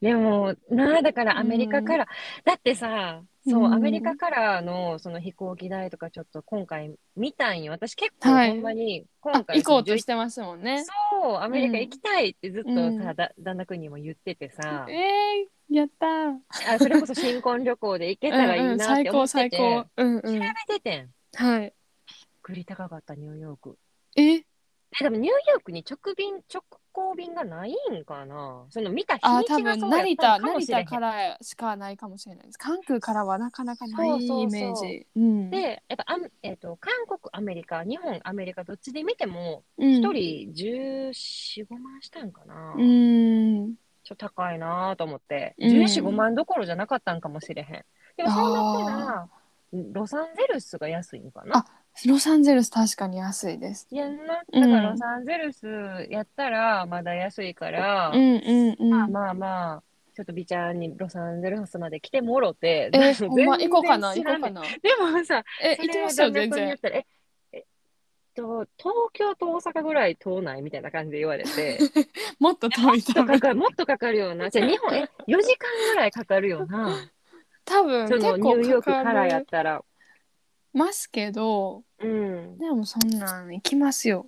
S2: でも、なあ、だからアメリカから、だってさ、そう、
S1: うん
S2: アメリカからのその飛行機代とかちょっと今回見たんよ。私結構
S1: はい
S2: ほんまに、今
S1: あ
S2: 回
S1: 行
S2: その
S1: こうとしてますもんね
S2: そう、アメリカ行きたいってずっとさ、
S1: うん
S2: だ旦那君にも言っててさ。
S1: えー、やったー
S2: あそれこそ新婚旅行で行けたらい
S1: うんう
S2: い
S1: ん、
S2: なっ
S1: 最
S2: て思
S1: 高
S2: って
S1: 最
S2: て、
S1: 高うんう
S2: 調
S1: ん
S2: べててん。
S1: はい
S2: 繰り高かったニューヨーク。
S1: え
S2: えでもニューヨークに直便直行便がないんかな。その見た日
S1: あ
S2: にち
S1: 多
S2: が
S1: 分
S2: そうやっ
S1: 成
S2: た
S1: 田
S2: んかも
S1: 成
S2: しれへ
S1: 田
S2: ん。
S1: からしかないかもしれないです関空からはなかなかないイメー
S2: そうそう
S1: ジうん
S2: で、やっぱあんえっ、と韓国アメリカ日本アメリカどっちで見ても
S1: うん
S2: 一人1 4 5万したんかな。
S1: うーん
S2: ちょっと高いなと思って、
S1: うん
S2: 14、5万どころじゃなかったんかもしれへん。でもそうなったらロサンゼルスが安いんかな。
S1: ロサンゼルス確かに安いです。
S2: いやんな、
S1: うん
S2: だからロサンゼルスやったらまだ安いから、
S1: うんうんうん。
S2: まあまあまあ、ちょっと美ちゃんにロサンゼルスまで来てもろて、
S1: え
S2: 全然
S1: ほんま行こうかな
S2: 知
S1: 行
S2: ら
S1: こ
S2: ん
S1: うかな。
S2: ねでもさ、
S1: え
S2: そ
S1: 行き
S2: れ
S1: ま
S2: は
S1: しょう全
S2: 旦那さんにや
S1: 然
S2: っ。たら、え、えと、東京と大阪ぐらい遠ないみたいな感じで言われ て、
S1: もっと遠いと
S2: もっと
S1: 思
S2: か
S1: う
S2: かる、もっとかかるような、じゃあ日 本、え、4時間ぐらいかかるよな、
S1: 多分
S2: そ
S1: 結
S2: のニュー
S1: 構
S2: ヨークか
S1: から
S2: や
S1: か
S2: っ
S1: り
S2: たら。
S1: ますけど
S2: うん。
S1: でもそんなん行きますよ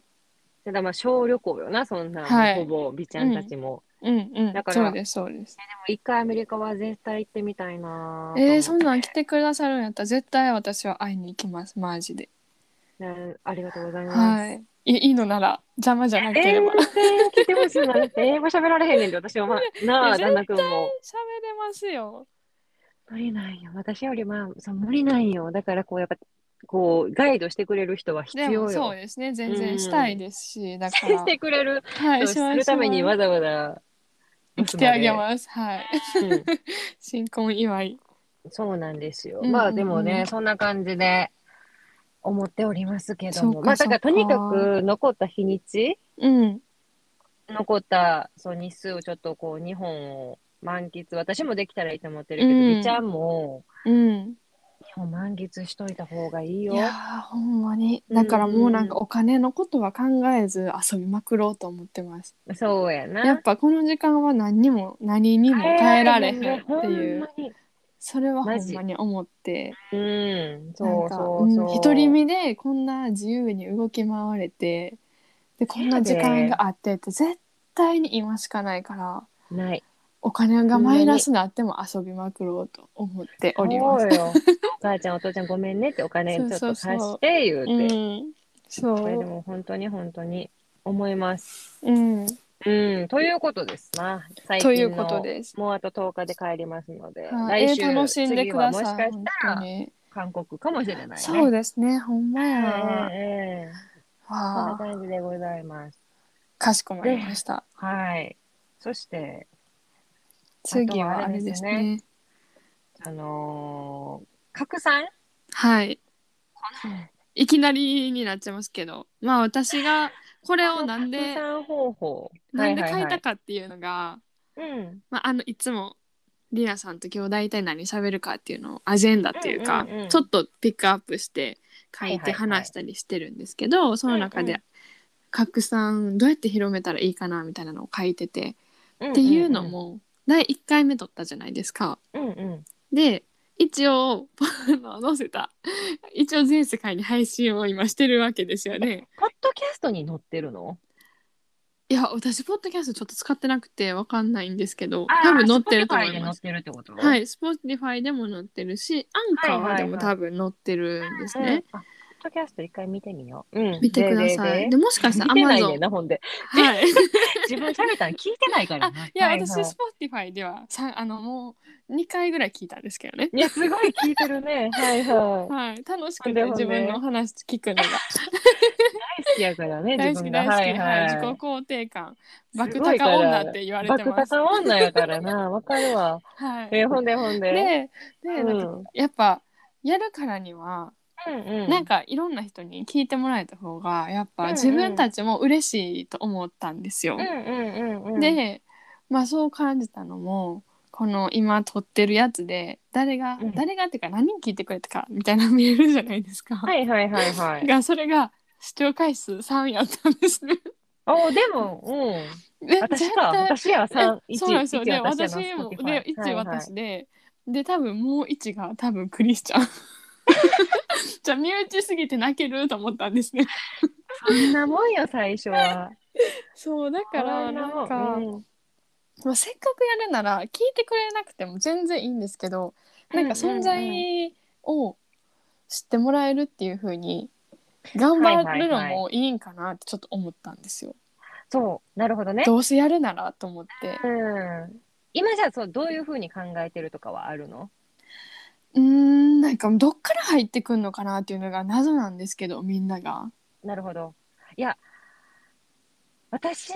S2: ただまあ小旅行よな、そんなん、
S1: はい
S2: ほぼ美ちゃんたちも。
S1: うんうん
S2: だから
S1: そうですそうです
S2: でも一回アメリカは絶対行ってみたいなと思って
S1: えー、そんなん来てくださるんやったら絶対私は会いに行きますマジで
S2: ねありがとうございます。
S1: はいいいいのなら邪魔じゃなければ、
S2: 全然聞いてほしいな。英語喋られへんねんで、私は、まあ、なあ、
S1: 絶対
S2: 旦那君も。
S1: 喋れますよ
S2: 無理なんよ。私より、まあ、そう無理なんよ。だから、こう、やっぱ、こう、ガイドしてくれる人は必
S1: で
S2: 要
S1: も
S2: よ。
S1: そうですね全然したいですし、だか
S2: し
S1: ら
S2: てくれる
S1: は
S2: 人
S1: い
S2: を
S1: し
S2: す
S1: ます
S2: るために、
S1: し
S2: わざわざ。
S1: ます来てあげますはい
S2: す。うん
S1: 新婚祝い
S2: そうなんですよ。
S1: うんうんうん
S2: まあ、でもね、そんな感じで。思っておりますけど
S1: そ
S2: も。
S1: うか
S2: まあ、だから、
S1: そ
S2: と
S1: うか
S2: にかく、残った日にち。
S1: うん
S2: 残ったそう日数をちょっとこう日本を満喫私もできたらいいと思ってるけど、
S1: うん
S2: りちゃんも
S1: うん
S2: 日本満喫しといた方がいいよ
S1: いやーほんまにだからもうなんかお金のことは考えず遊びまくろうと思ってます、
S2: そうやな
S1: やっぱこの時間は何にも何にも変えられへんっていう、それはほ
S2: マ
S1: ん
S2: ジ
S1: まに思って
S2: うん
S1: な
S2: そ
S1: ん
S2: う
S1: か
S2: そううんそう、
S1: 独り身でこんな自由に動き回れてでこんな時間があってって絶対に今しかないから
S2: ない
S1: お金がマイナスになっても遊びまくろうと思っております。
S2: そうよお母ちゃんお父ちゃんごめんねってお金ちょっと貸
S1: そうそうそ
S2: し
S1: う
S2: て言うて
S1: うん、そ
S2: これで
S1: う、
S2: も本当に本当に思います
S1: うん、
S2: うんということですな最近
S1: と
S2: の
S1: いうことです。
S2: もうあと10日で帰りますので、
S1: はい
S2: 来週、
S1: えー楽しんで
S2: 次
S1: く
S2: は
S1: ださ
S2: もし
S1: い。
S2: かしたら
S1: 本当に
S2: 韓国かもしれないね。
S1: そうですね、ほんまや。
S2: ええええそんな
S1: わあ、
S2: 感じでございます。
S1: かしこまりました。
S2: はい。そして、
S1: 次はあれです
S2: あとはあれ
S1: ね。
S2: あのー拡散
S1: はい。いきなりになっちゃいますけど、まあ私がこれをなん で、
S2: 拡散方法。
S1: なんで書いた
S2: か。
S1: かっていうのが、
S2: うん。
S1: まああのいつもりなさんと今日大体何喋るかっていうのをアジェンダっていうか、
S2: うんうんうん
S1: ちょっとピックアップして書い
S2: はいはい
S1: て
S2: はい
S1: 話したりしてるんですけど、その中
S2: うんう
S1: で拡散どうやって広めたらいいかなみたいなのを書いてて、っていうの。も第1回目撮ったじゃないですか。
S2: うんうん。
S1: で一応 あの載せた一応全世界に配信を今してるわけですよね。
S2: ポッドキャストに載ってるの
S1: いや私ポッドキャストちょっと使ってなくてわかんないんですけど
S2: あー
S1: 多分載ってると思
S2: Spotify
S1: い
S2: で載
S1: ま
S2: っ
S1: す。
S2: てるってこと。
S1: はいい Spotify でも載ってるしアンカ
S2: はいは
S1: ー
S2: いはい
S1: でも多分載ってるんですね。
S2: うんあポッドキャスト一回見てみよう。うん。
S1: 見てください。で
S2: ででで
S1: もしかした
S2: 見
S1: ら
S2: てない
S1: Amazon
S2: ねん。な、ほんで。
S1: はい。
S2: 自分喋ったの聞いてないから
S1: あ
S2: な。
S1: いや、
S2: はいはい
S1: 私 Spotify ではさあのもう2回ぐらい聞いたんですけどね。
S2: いや、すごい聞いてるね。はいはい。
S1: はい楽し
S2: ほ
S1: く
S2: んで
S1: て
S2: ほんで
S1: 自分の話聞くのが。
S2: 大好きやからね、
S1: 大
S2: 自
S1: 好き
S2: 分が。
S1: 大好き、はい
S2: はい
S1: 自己
S2: はい。
S1: 肯定感
S2: す
S1: 爆
S2: ごいか
S1: 高
S2: ら
S1: 女って言われて
S2: 爆
S1: ます
S2: 高女やからな、わかるわ。
S1: はい
S2: え、ほんでほんで。
S1: でで、
S2: うん、
S1: なんかやっぱやるからには、
S2: うんうん
S1: なんかいろんな人に聞いてもらえた方がやっ
S2: うんう
S1: ぱ
S2: ん
S1: 自分たちも嬉しいと思ったんですよ
S2: うん。うんうんうん。、
S1: でまあそう感じたのもこの今撮ってるやつで誰が、
S2: うん
S1: 誰がっていうか何人聞いてくれたかみたいなの見えるじゃないですか。
S2: はいはいはいは い。
S1: がそれが視聴回数3やったんですね。
S2: お、でも、うん。
S1: で
S2: 私
S1: 絶
S2: か、
S1: 対
S2: 私やわ、三、一、
S1: そうなんですよ。
S2: 一
S1: で、
S2: 私や
S1: 私
S2: な
S1: も、
S2: Spotify
S1: で、一
S2: はいはい
S1: 私で、で、多分もう一が多分クリスチ ャン。じゃあ身内すぎて泣けると思ったんですね。
S2: そんなもんよ、最初は。
S1: そう、だから、なんか、
S2: うん
S1: まあ、せっかくやるなら、聞いてくれなくても全然いいんですけど、なんか存
S2: うんうん
S1: 在を知ってもらえるっていう風に、頑張るのもいいんかなってちょっと思ったんですよ。
S2: そう、なるほどね。
S1: どうせやるならと思って。
S2: うん。今じゃあ、そう、どういうふうに考えてるとかはあるの
S1: うーん、なんかどっから入ってくんのかなっていうのが謎なんですけど、みんなが。
S2: なるほど。いや、私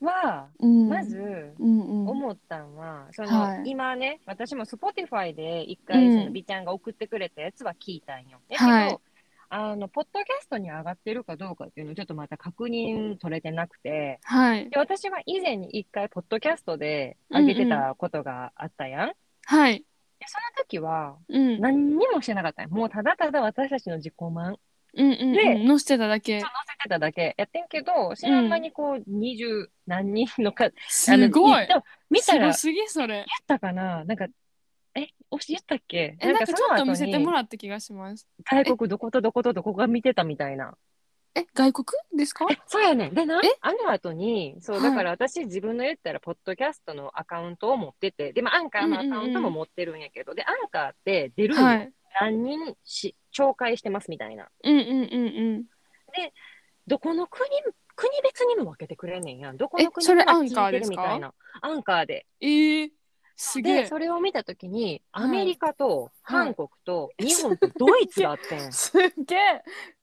S2: は、
S1: うん、
S2: まず
S1: うんうん、
S2: 思ったんは、その、
S1: はい
S2: 今ね、私も Spotify で一回、
S1: うん
S2: その、美ちゃんが送ってくれたやつは聞いたんよ。だけど、
S1: はい
S2: あの、ポッドキャストに上がってるかどうかっていうのをちょっとまた確認取れてなくて、
S1: はい
S2: で、私は以前に一回、ポッドキャストで上げてたことがあったやん。で、
S1: はい
S2: その時は、
S1: うん
S2: 何にもしてなかったんよもうただただ私たちの自己満。
S1: うんうんう
S2: で
S1: ん、乗せてただけ
S2: ちょっと載せてただけやってんけど、知らん間にこう、二十何人のか、あの
S1: すごい
S2: でも見たら言っ
S1: すごすぎそれ
S2: たかななんか、え、おし言ったっけ
S1: えなんかちょっと見せても
S2: ら
S1: らった気がします
S2: 外国どことどことどこが見てたみたいな。
S1: え外国ですか
S2: え、そうやねん。でな
S1: え、
S2: あの後に、そ
S1: は
S2: う、
S1: い
S2: だから私自分の言ったら、ポッドキャストのアカウントを持ってて、で、まあ、アンカーのアカウントも持ってるんやけど、で、アンカーって出るんよ、
S1: はい
S2: 何人し紹介してますみたいな。
S1: うんうんうん
S2: どこの国、国別にも分けてくれんねんやん。どこの国
S1: えそれ
S2: から
S1: アンカー
S2: 聞いて
S1: で
S2: る
S1: す
S2: み
S1: か
S2: たいな。アンカーで。
S1: うんえー、すげ
S2: で、
S1: え
S2: それを見たときに、
S1: はい
S2: アメリカと
S1: はい
S2: 韓国と日本とドイツがあってん。
S1: すげえ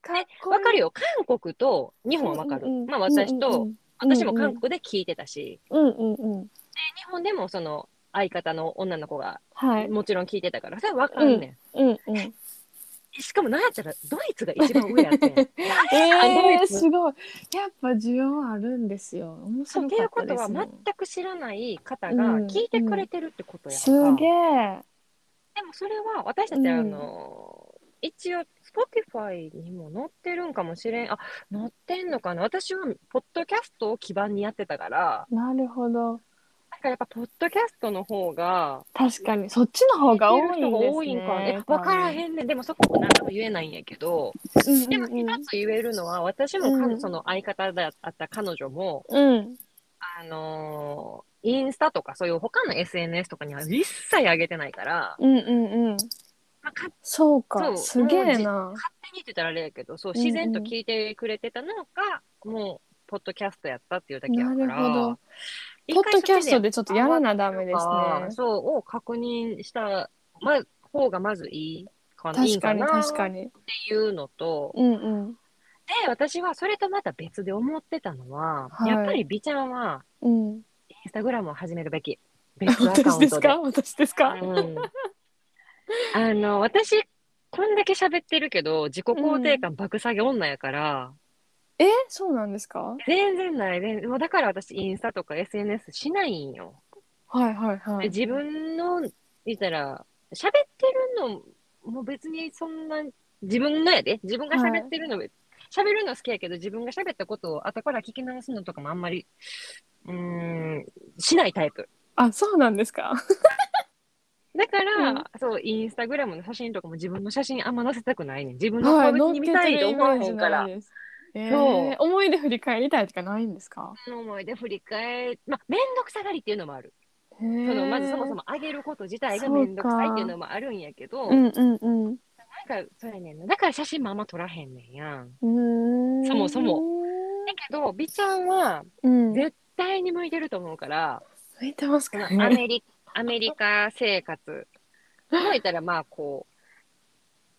S1: かっこいい
S2: わかるよ。韓国と日本はわかる
S1: うんうんう。ん
S2: まあ私と、
S1: うんうん
S2: 私も韓国で聞いてたし、
S1: うんうんうん
S2: で日本でもその相方の女の子が
S1: はい
S2: もちろん聞いてたから、それわかんねん。
S1: うんうんえ
S2: しかもなんやったらドイツが一番上 やってん。ド
S1: え
S2: イ
S1: ー、
S2: ツ
S1: すごいやっぱ需要あるんですよ面
S2: そ
S1: 白
S2: うってい
S1: か
S2: う
S1: っ
S2: こ
S1: た
S2: と
S1: で
S2: は
S1: すも
S2: 全
S1: ん
S2: く知らない方
S1: う
S2: が
S1: ん
S2: 聞いてくれてるってことやんか、
S1: すげえ
S2: でもそれは私たち、あの一応 Spotify にも載ってるんかもしれんあ載ってんのかな私はポッドキャストを基盤にやってたから
S1: なるほど
S2: なんかやっぱポッドキャストの方が
S1: 確かにそっちの方が多いんですね
S2: 聞いてる人が多いんかね分からへんねんでもそこも何とも言えないんやけど、
S1: うん
S2: でも一つ言えるのは私も
S1: うん
S2: その相方だった彼女も、
S1: うん
S2: あのーインスタとかそういう他の SNS とかには一切上げてないから、
S1: うんうんうん
S2: まあ、勝
S1: そう
S2: そ
S1: か
S2: う
S1: すげえな
S2: 勝手にって言ったらあれやけどそう自然と聞いてくれてたのが、もうポッドキャストやったっていうだけやから
S1: なるほど
S2: 一
S1: ポ
S2: 回
S1: ッドキャストでちょっとやらなダ
S2: そ
S1: メ
S2: れ
S1: で
S2: ですあ
S1: ね
S2: ーそうを確認した、ま、方がまずいいかないい
S1: 確
S2: ん
S1: か
S2: か
S1: に
S2: なっ
S1: 確か
S2: て
S1: に
S2: いうのと
S1: うんうん
S2: で私はそれとまた別で思ってたのは、
S1: はい
S2: やっぱり美ちゃんは
S1: うん
S2: インスタグラムを始めるべき別アカ
S1: 私
S2: ウン
S1: です
S2: トで
S1: か。私ですか
S2: うんあの私こんだけ喋ってるけど自己肯定感爆下げ女やから、
S1: えそうなんですか
S2: 全然ない全然もうだから私インスタとか SNS しないんよ、
S1: はいはいはい
S2: で自分の言ったら喋ってるのも別にそんな自分のやで自分が喋ってるの、喋るの好きやけど自分が喋ったことを後から聞き直すのとかもあんまりうーんしないタイプ
S1: あそうなんですか
S2: だから、
S1: うん
S2: そう、インスタグラムの写真とかも自分の写真あんま載せたくないねん。自分の
S1: はい
S2: 顔
S1: 乗っ
S2: に
S1: け
S2: 見た
S1: て
S2: いと
S1: るイ
S2: 思
S1: メ
S2: わ
S1: ー
S2: へ
S1: ジ
S2: ん
S1: な
S2: か
S1: い。
S2: ら
S1: ですえ
S2: そう
S1: ー、思い出振り返りたいとかないんですか
S2: その思い出振り返り、まあ、めんどくさがりっていうのもある。
S1: そ
S2: そのまずそもそも上げること自体がめんどくさいっていうのもあるんやけど、
S1: うんうん
S2: なんか、そうやねんな。だから写真もあんま撮らへんねんやん。
S1: うんうーん
S2: そもそもだけど、美ちゃんは
S1: うん
S2: 絶対に向いてると思う から、
S1: 向いてます
S2: そ
S1: か
S2: の
S1: ね
S2: アメリアメリカ生活動いたらまあこ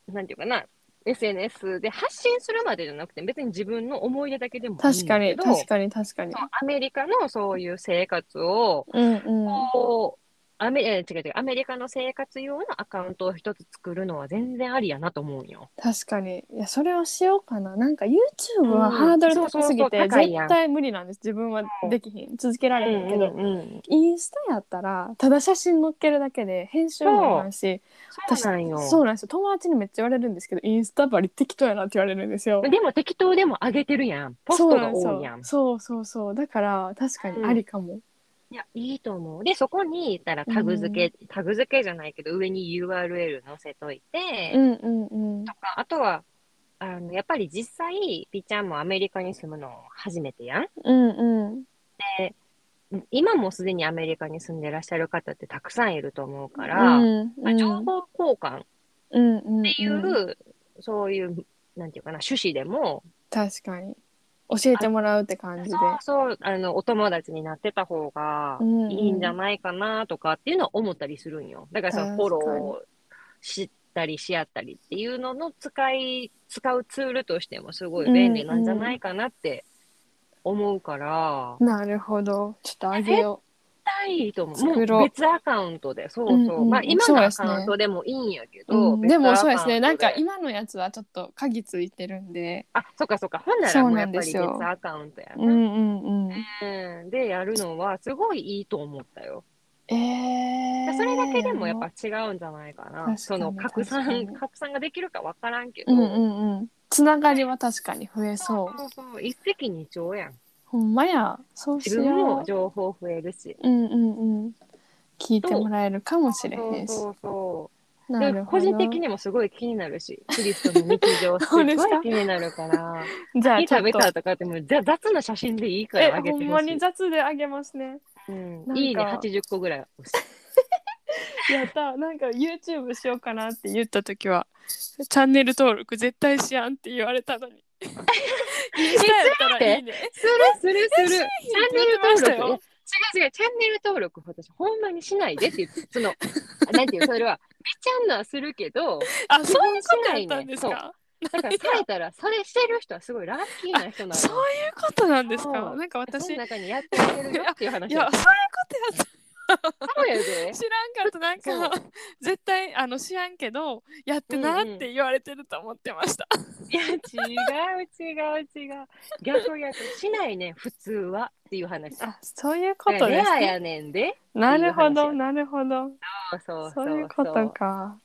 S2: うなんていうかな SNS で発信するまでじゃなくて別に自分の思い出だけでもいい
S1: 確
S2: ん
S1: か
S2: だけ
S1: に
S2: ど
S1: 確かに確かに
S2: そうアメリカのそういう生活を
S1: うんうん
S2: こうアメえ違う違うアメリカの生活用のアカウントを一つ作るのは全然ありやなと思うんよ。
S1: 確かにいやそれをしようかななんか YouTube
S2: う
S1: は
S2: ん
S1: ハードル
S2: そう
S1: 高
S2: そう
S1: す
S2: そ
S1: ぎ
S2: う
S1: て
S2: 高いや
S1: 絶
S2: ん
S1: 対無理なんです自分はできひん続けられへんけど
S2: うん
S1: インスタやったらただ写真載っけるだけで編集もいらんし
S2: そうなんよ
S1: そうなんですよ友達にめっちゃ言われるんですけどインスタばり適当やなって言われるんですよ
S2: でも適当でも上げてるやんポストが多いやん。
S1: そうそうそうそうだから確かにありかも、
S2: いや、いいと思う。で、そこに、いたらタグ付け、タグ付けじゃないけど、上に URL 載せといて、
S1: うん、うんうん
S2: とか、あとは、あの、やっぱり実際、ピッチャーもアメリカに住むの初めてやん。
S1: うんうん
S2: 今もすでにアメリカに住んでらっしゃる方ってたくさんいると思うから、
S1: うん
S2: まあ情報交換っ
S1: うんうん
S2: ていう、そういう、なんていうかな、趣旨でも、
S1: 確かに教えてもらうって感じで
S2: そうそう、あの、お友達になってた方がいいんじゃないかなとかっていうのは思ったりするんよ。だからそのフォ
S1: 確かに
S2: ローしたりし合ったりっていうのの使い、使うツールとしてもすごい便利なんじゃないかなって思うから、
S1: なるほどちょっとあげよ
S2: 絶対いいと思う。
S1: 作ろう
S2: もう別アカウントで、そうそう。
S1: うんうん
S2: まあ今
S1: そう
S2: の
S1: で
S2: ア
S1: すね
S2: カウントでもいいんやけ
S1: う、
S2: ど、
S1: うん
S2: 別
S1: でもそう
S2: ア
S1: で
S2: カウン
S1: す
S2: ト
S1: ねなんか今のやつはちょっと鍵ついてるんで
S2: あ、そっかそっか。ほんならもうやっぱり別アカウントや
S1: う
S2: な。
S1: んうんうん
S2: うんで、やるのはすごいいいと思ったよ。
S1: えー、
S2: それだけでもやっぱ違うんじゃないかな。
S1: 確かに
S2: その拡
S1: 確か
S2: 散
S1: に
S2: 拡散ができるかわからんけど、
S1: うんうんうんつながりは確かに増えそう。
S2: そうそう一石二鳥やん。
S1: ほんまや。そうし
S2: 自分
S1: よ
S2: も
S1: う。
S2: 情報増えるし。
S1: うんうんうん。聞いてもらえるかもしれへんし。
S2: そうそうそう。
S1: な
S2: で
S1: る
S2: 個
S1: ほど。
S2: 人的にもすごい気になるし、キリストの日常 す
S1: そ
S2: ご
S1: う
S2: い
S1: ですか
S2: 気になるから、
S1: じゃ あ
S2: 火
S1: ちょ
S2: 食
S1: っ
S2: べ
S1: と
S2: たとかってもざ雑な写真でいいか
S1: え
S2: らあげ
S1: ほ
S2: て
S1: ん
S2: ほ
S1: ま
S2: しい
S1: に。雑であげますね。
S2: うん
S1: なんか
S2: いいね80個 ぐらい押して。
S1: やったなんか YouTube しようかなって言った時はチャンネル登録絶対しやんって言われた のに。インスタやったらいいね。
S2: するするする。チ
S1: 聞
S2: ャンネル
S1: いてました
S2: 登
S1: よ
S2: 録。違う違う、チャンネル登録、私、ほんまにしないでって言って、 その、なんていう、それは、見ちゃうのはするけど、
S1: あそういうことやったんです
S2: そう
S1: か。
S2: だから、されたら、それしてる人はすごいラッキーな人なの。
S1: そういうことなんです
S2: そ
S1: か。
S2: う
S1: なんか
S2: 私
S1: 私い
S2: の
S1: や
S2: 中にやってくれるよっていう話
S1: そういうこ
S2: だっ
S1: とやった
S2: やで
S1: た。知らんかったなんか絶対あの知らんけどやってな
S2: うんうん
S1: って言われてると思ってました。
S2: いや、違う違う違う。逆逆、しないね、普通はっていう話。
S1: あ そういうこと
S2: レ
S1: です
S2: ア
S1: ね。
S2: やねんで。
S1: なるほ
S2: っていう話や
S1: どなるほど
S2: そうそう
S1: そ
S2: そう
S1: いうことか。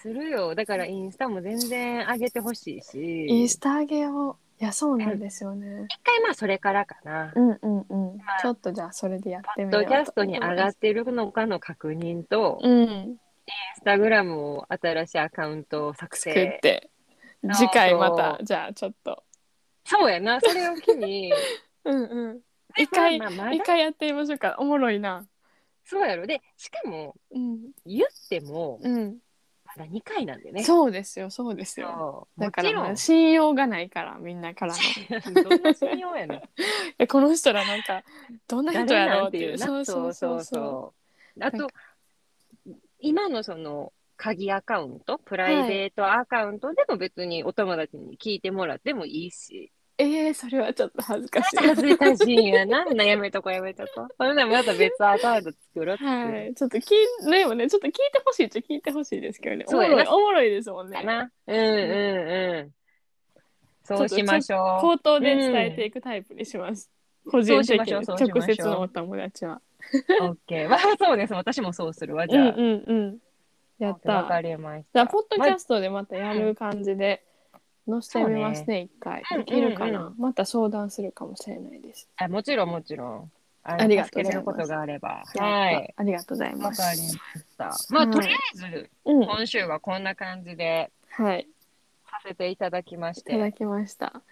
S2: するよ。だから、インスタも全然上げてほしいし。
S1: インスタ上げをいやそうなんですよね。
S2: 一回まあそれからかな。
S1: うんうんうん。ちょっとじゃあそれでやってみ
S2: ポ
S1: よう
S2: ッドキャストに上がってるのかの確認と、イン
S1: うん。
S2: スタグラムを新しいアカウントを作
S1: 作っ
S2: 成。
S1: て
S2: そう
S1: 次回またじゃあちょっと。
S2: そうやな、それを 機に。
S1: うんうん。一回
S2: まあまあま
S1: 一
S2: だ
S1: 回やってみましょうか。おもろいな。
S2: そうやろ。で、しかも、
S1: うん
S2: 言っても、
S1: うん。
S2: まだ2回なんでね。
S1: そうですよそうですよ。
S2: そう
S1: だ
S2: も
S1: か
S2: ち
S1: ら
S2: ろ
S1: まあ
S2: ん。
S1: 信用がないからみんな からの。
S2: どんな信用やねん。
S1: えこの人らなんかどんな 人や
S2: 誰な
S1: ろうんっていう。
S2: な
S1: そうそうそうそう。
S2: そう
S1: な
S2: あ
S1: ん
S2: と今のその鍵アカウントプライベートアカウントでも別にお友達に聞いてもらってもいいし、
S1: えー、それはちょっと恥ずかし い。
S2: 恥ずかしいんやなみんなやめとこやめとこそれならまた別アカウント作ろうって
S1: は
S2: いう
S1: い、ちょっと聞いでもねちょっと聞いてほしいっちゃ聞いてほしいですけどねお
S2: そう
S1: も
S2: や
S1: ろ
S2: ない
S1: おもろいですもんね
S2: かな、うんうんうんそうしましょ
S1: 口頭で伝えていくタイプにします、個人的に
S2: そうしましょう
S1: 直接のお友達は
S2: う OK わあそうです私もそうするわじ
S1: うん
S2: ゃあ、
S1: うんうんやっ
S2: わか
S1: た
S2: りまし
S1: じゃ
S2: た
S1: あポッドキャストでまたやる感じで載せてみますね一回
S2: うん
S1: できるかな、
S2: うん
S1: また相談するかもしれないです
S2: あもちろんもちろんあ
S1: ありがとうございます
S2: 助けれることがあればは
S1: やっ
S2: い
S1: たありがとうござい
S2: わ
S1: ます
S2: かりました。まあ、
S1: はい
S2: とりあえず、
S1: うん
S2: 今週はこんな感じで
S1: はい
S2: させていただきまし
S1: いただ
S2: て。
S1: きました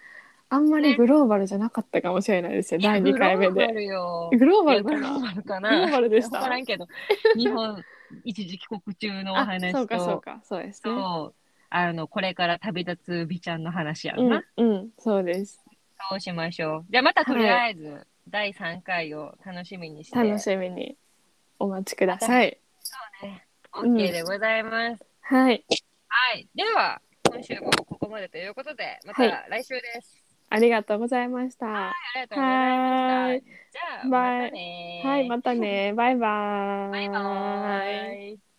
S1: あんまりグローバルじゃなかったかもしれないですよ第2回目
S2: グロー
S1: で
S2: バルよ。
S1: グローバ
S2: いや
S1: ル
S2: グ
S1: か
S2: ロ
S1: な
S2: ーバルか
S1: グロー
S2: な。
S1: バルでし
S2: わ
S1: た
S2: から んけど、日本一時帰国中のお
S1: あ
S2: 話と、
S1: そうかそうかそうですね
S2: そうあの、これから旅立つ美ちゃんの話やん
S1: う
S2: な。
S1: んうんそうです
S2: そうしましょう。じゃあ、またとりあえず、第3回を楽しみにして。
S1: 楽しみにお待ちください。うん
S2: OK でございます。
S1: はい、
S2: はい。では、今週もここまでということで、また
S1: は
S2: 来週です。
S1: ありがとうございました。
S2: ありがとうございま
S1: は
S2: し
S1: い
S2: た。じゃあ、
S1: バイ
S2: またねー
S1: はい、またね。バイバーイ。
S2: バイバーイ。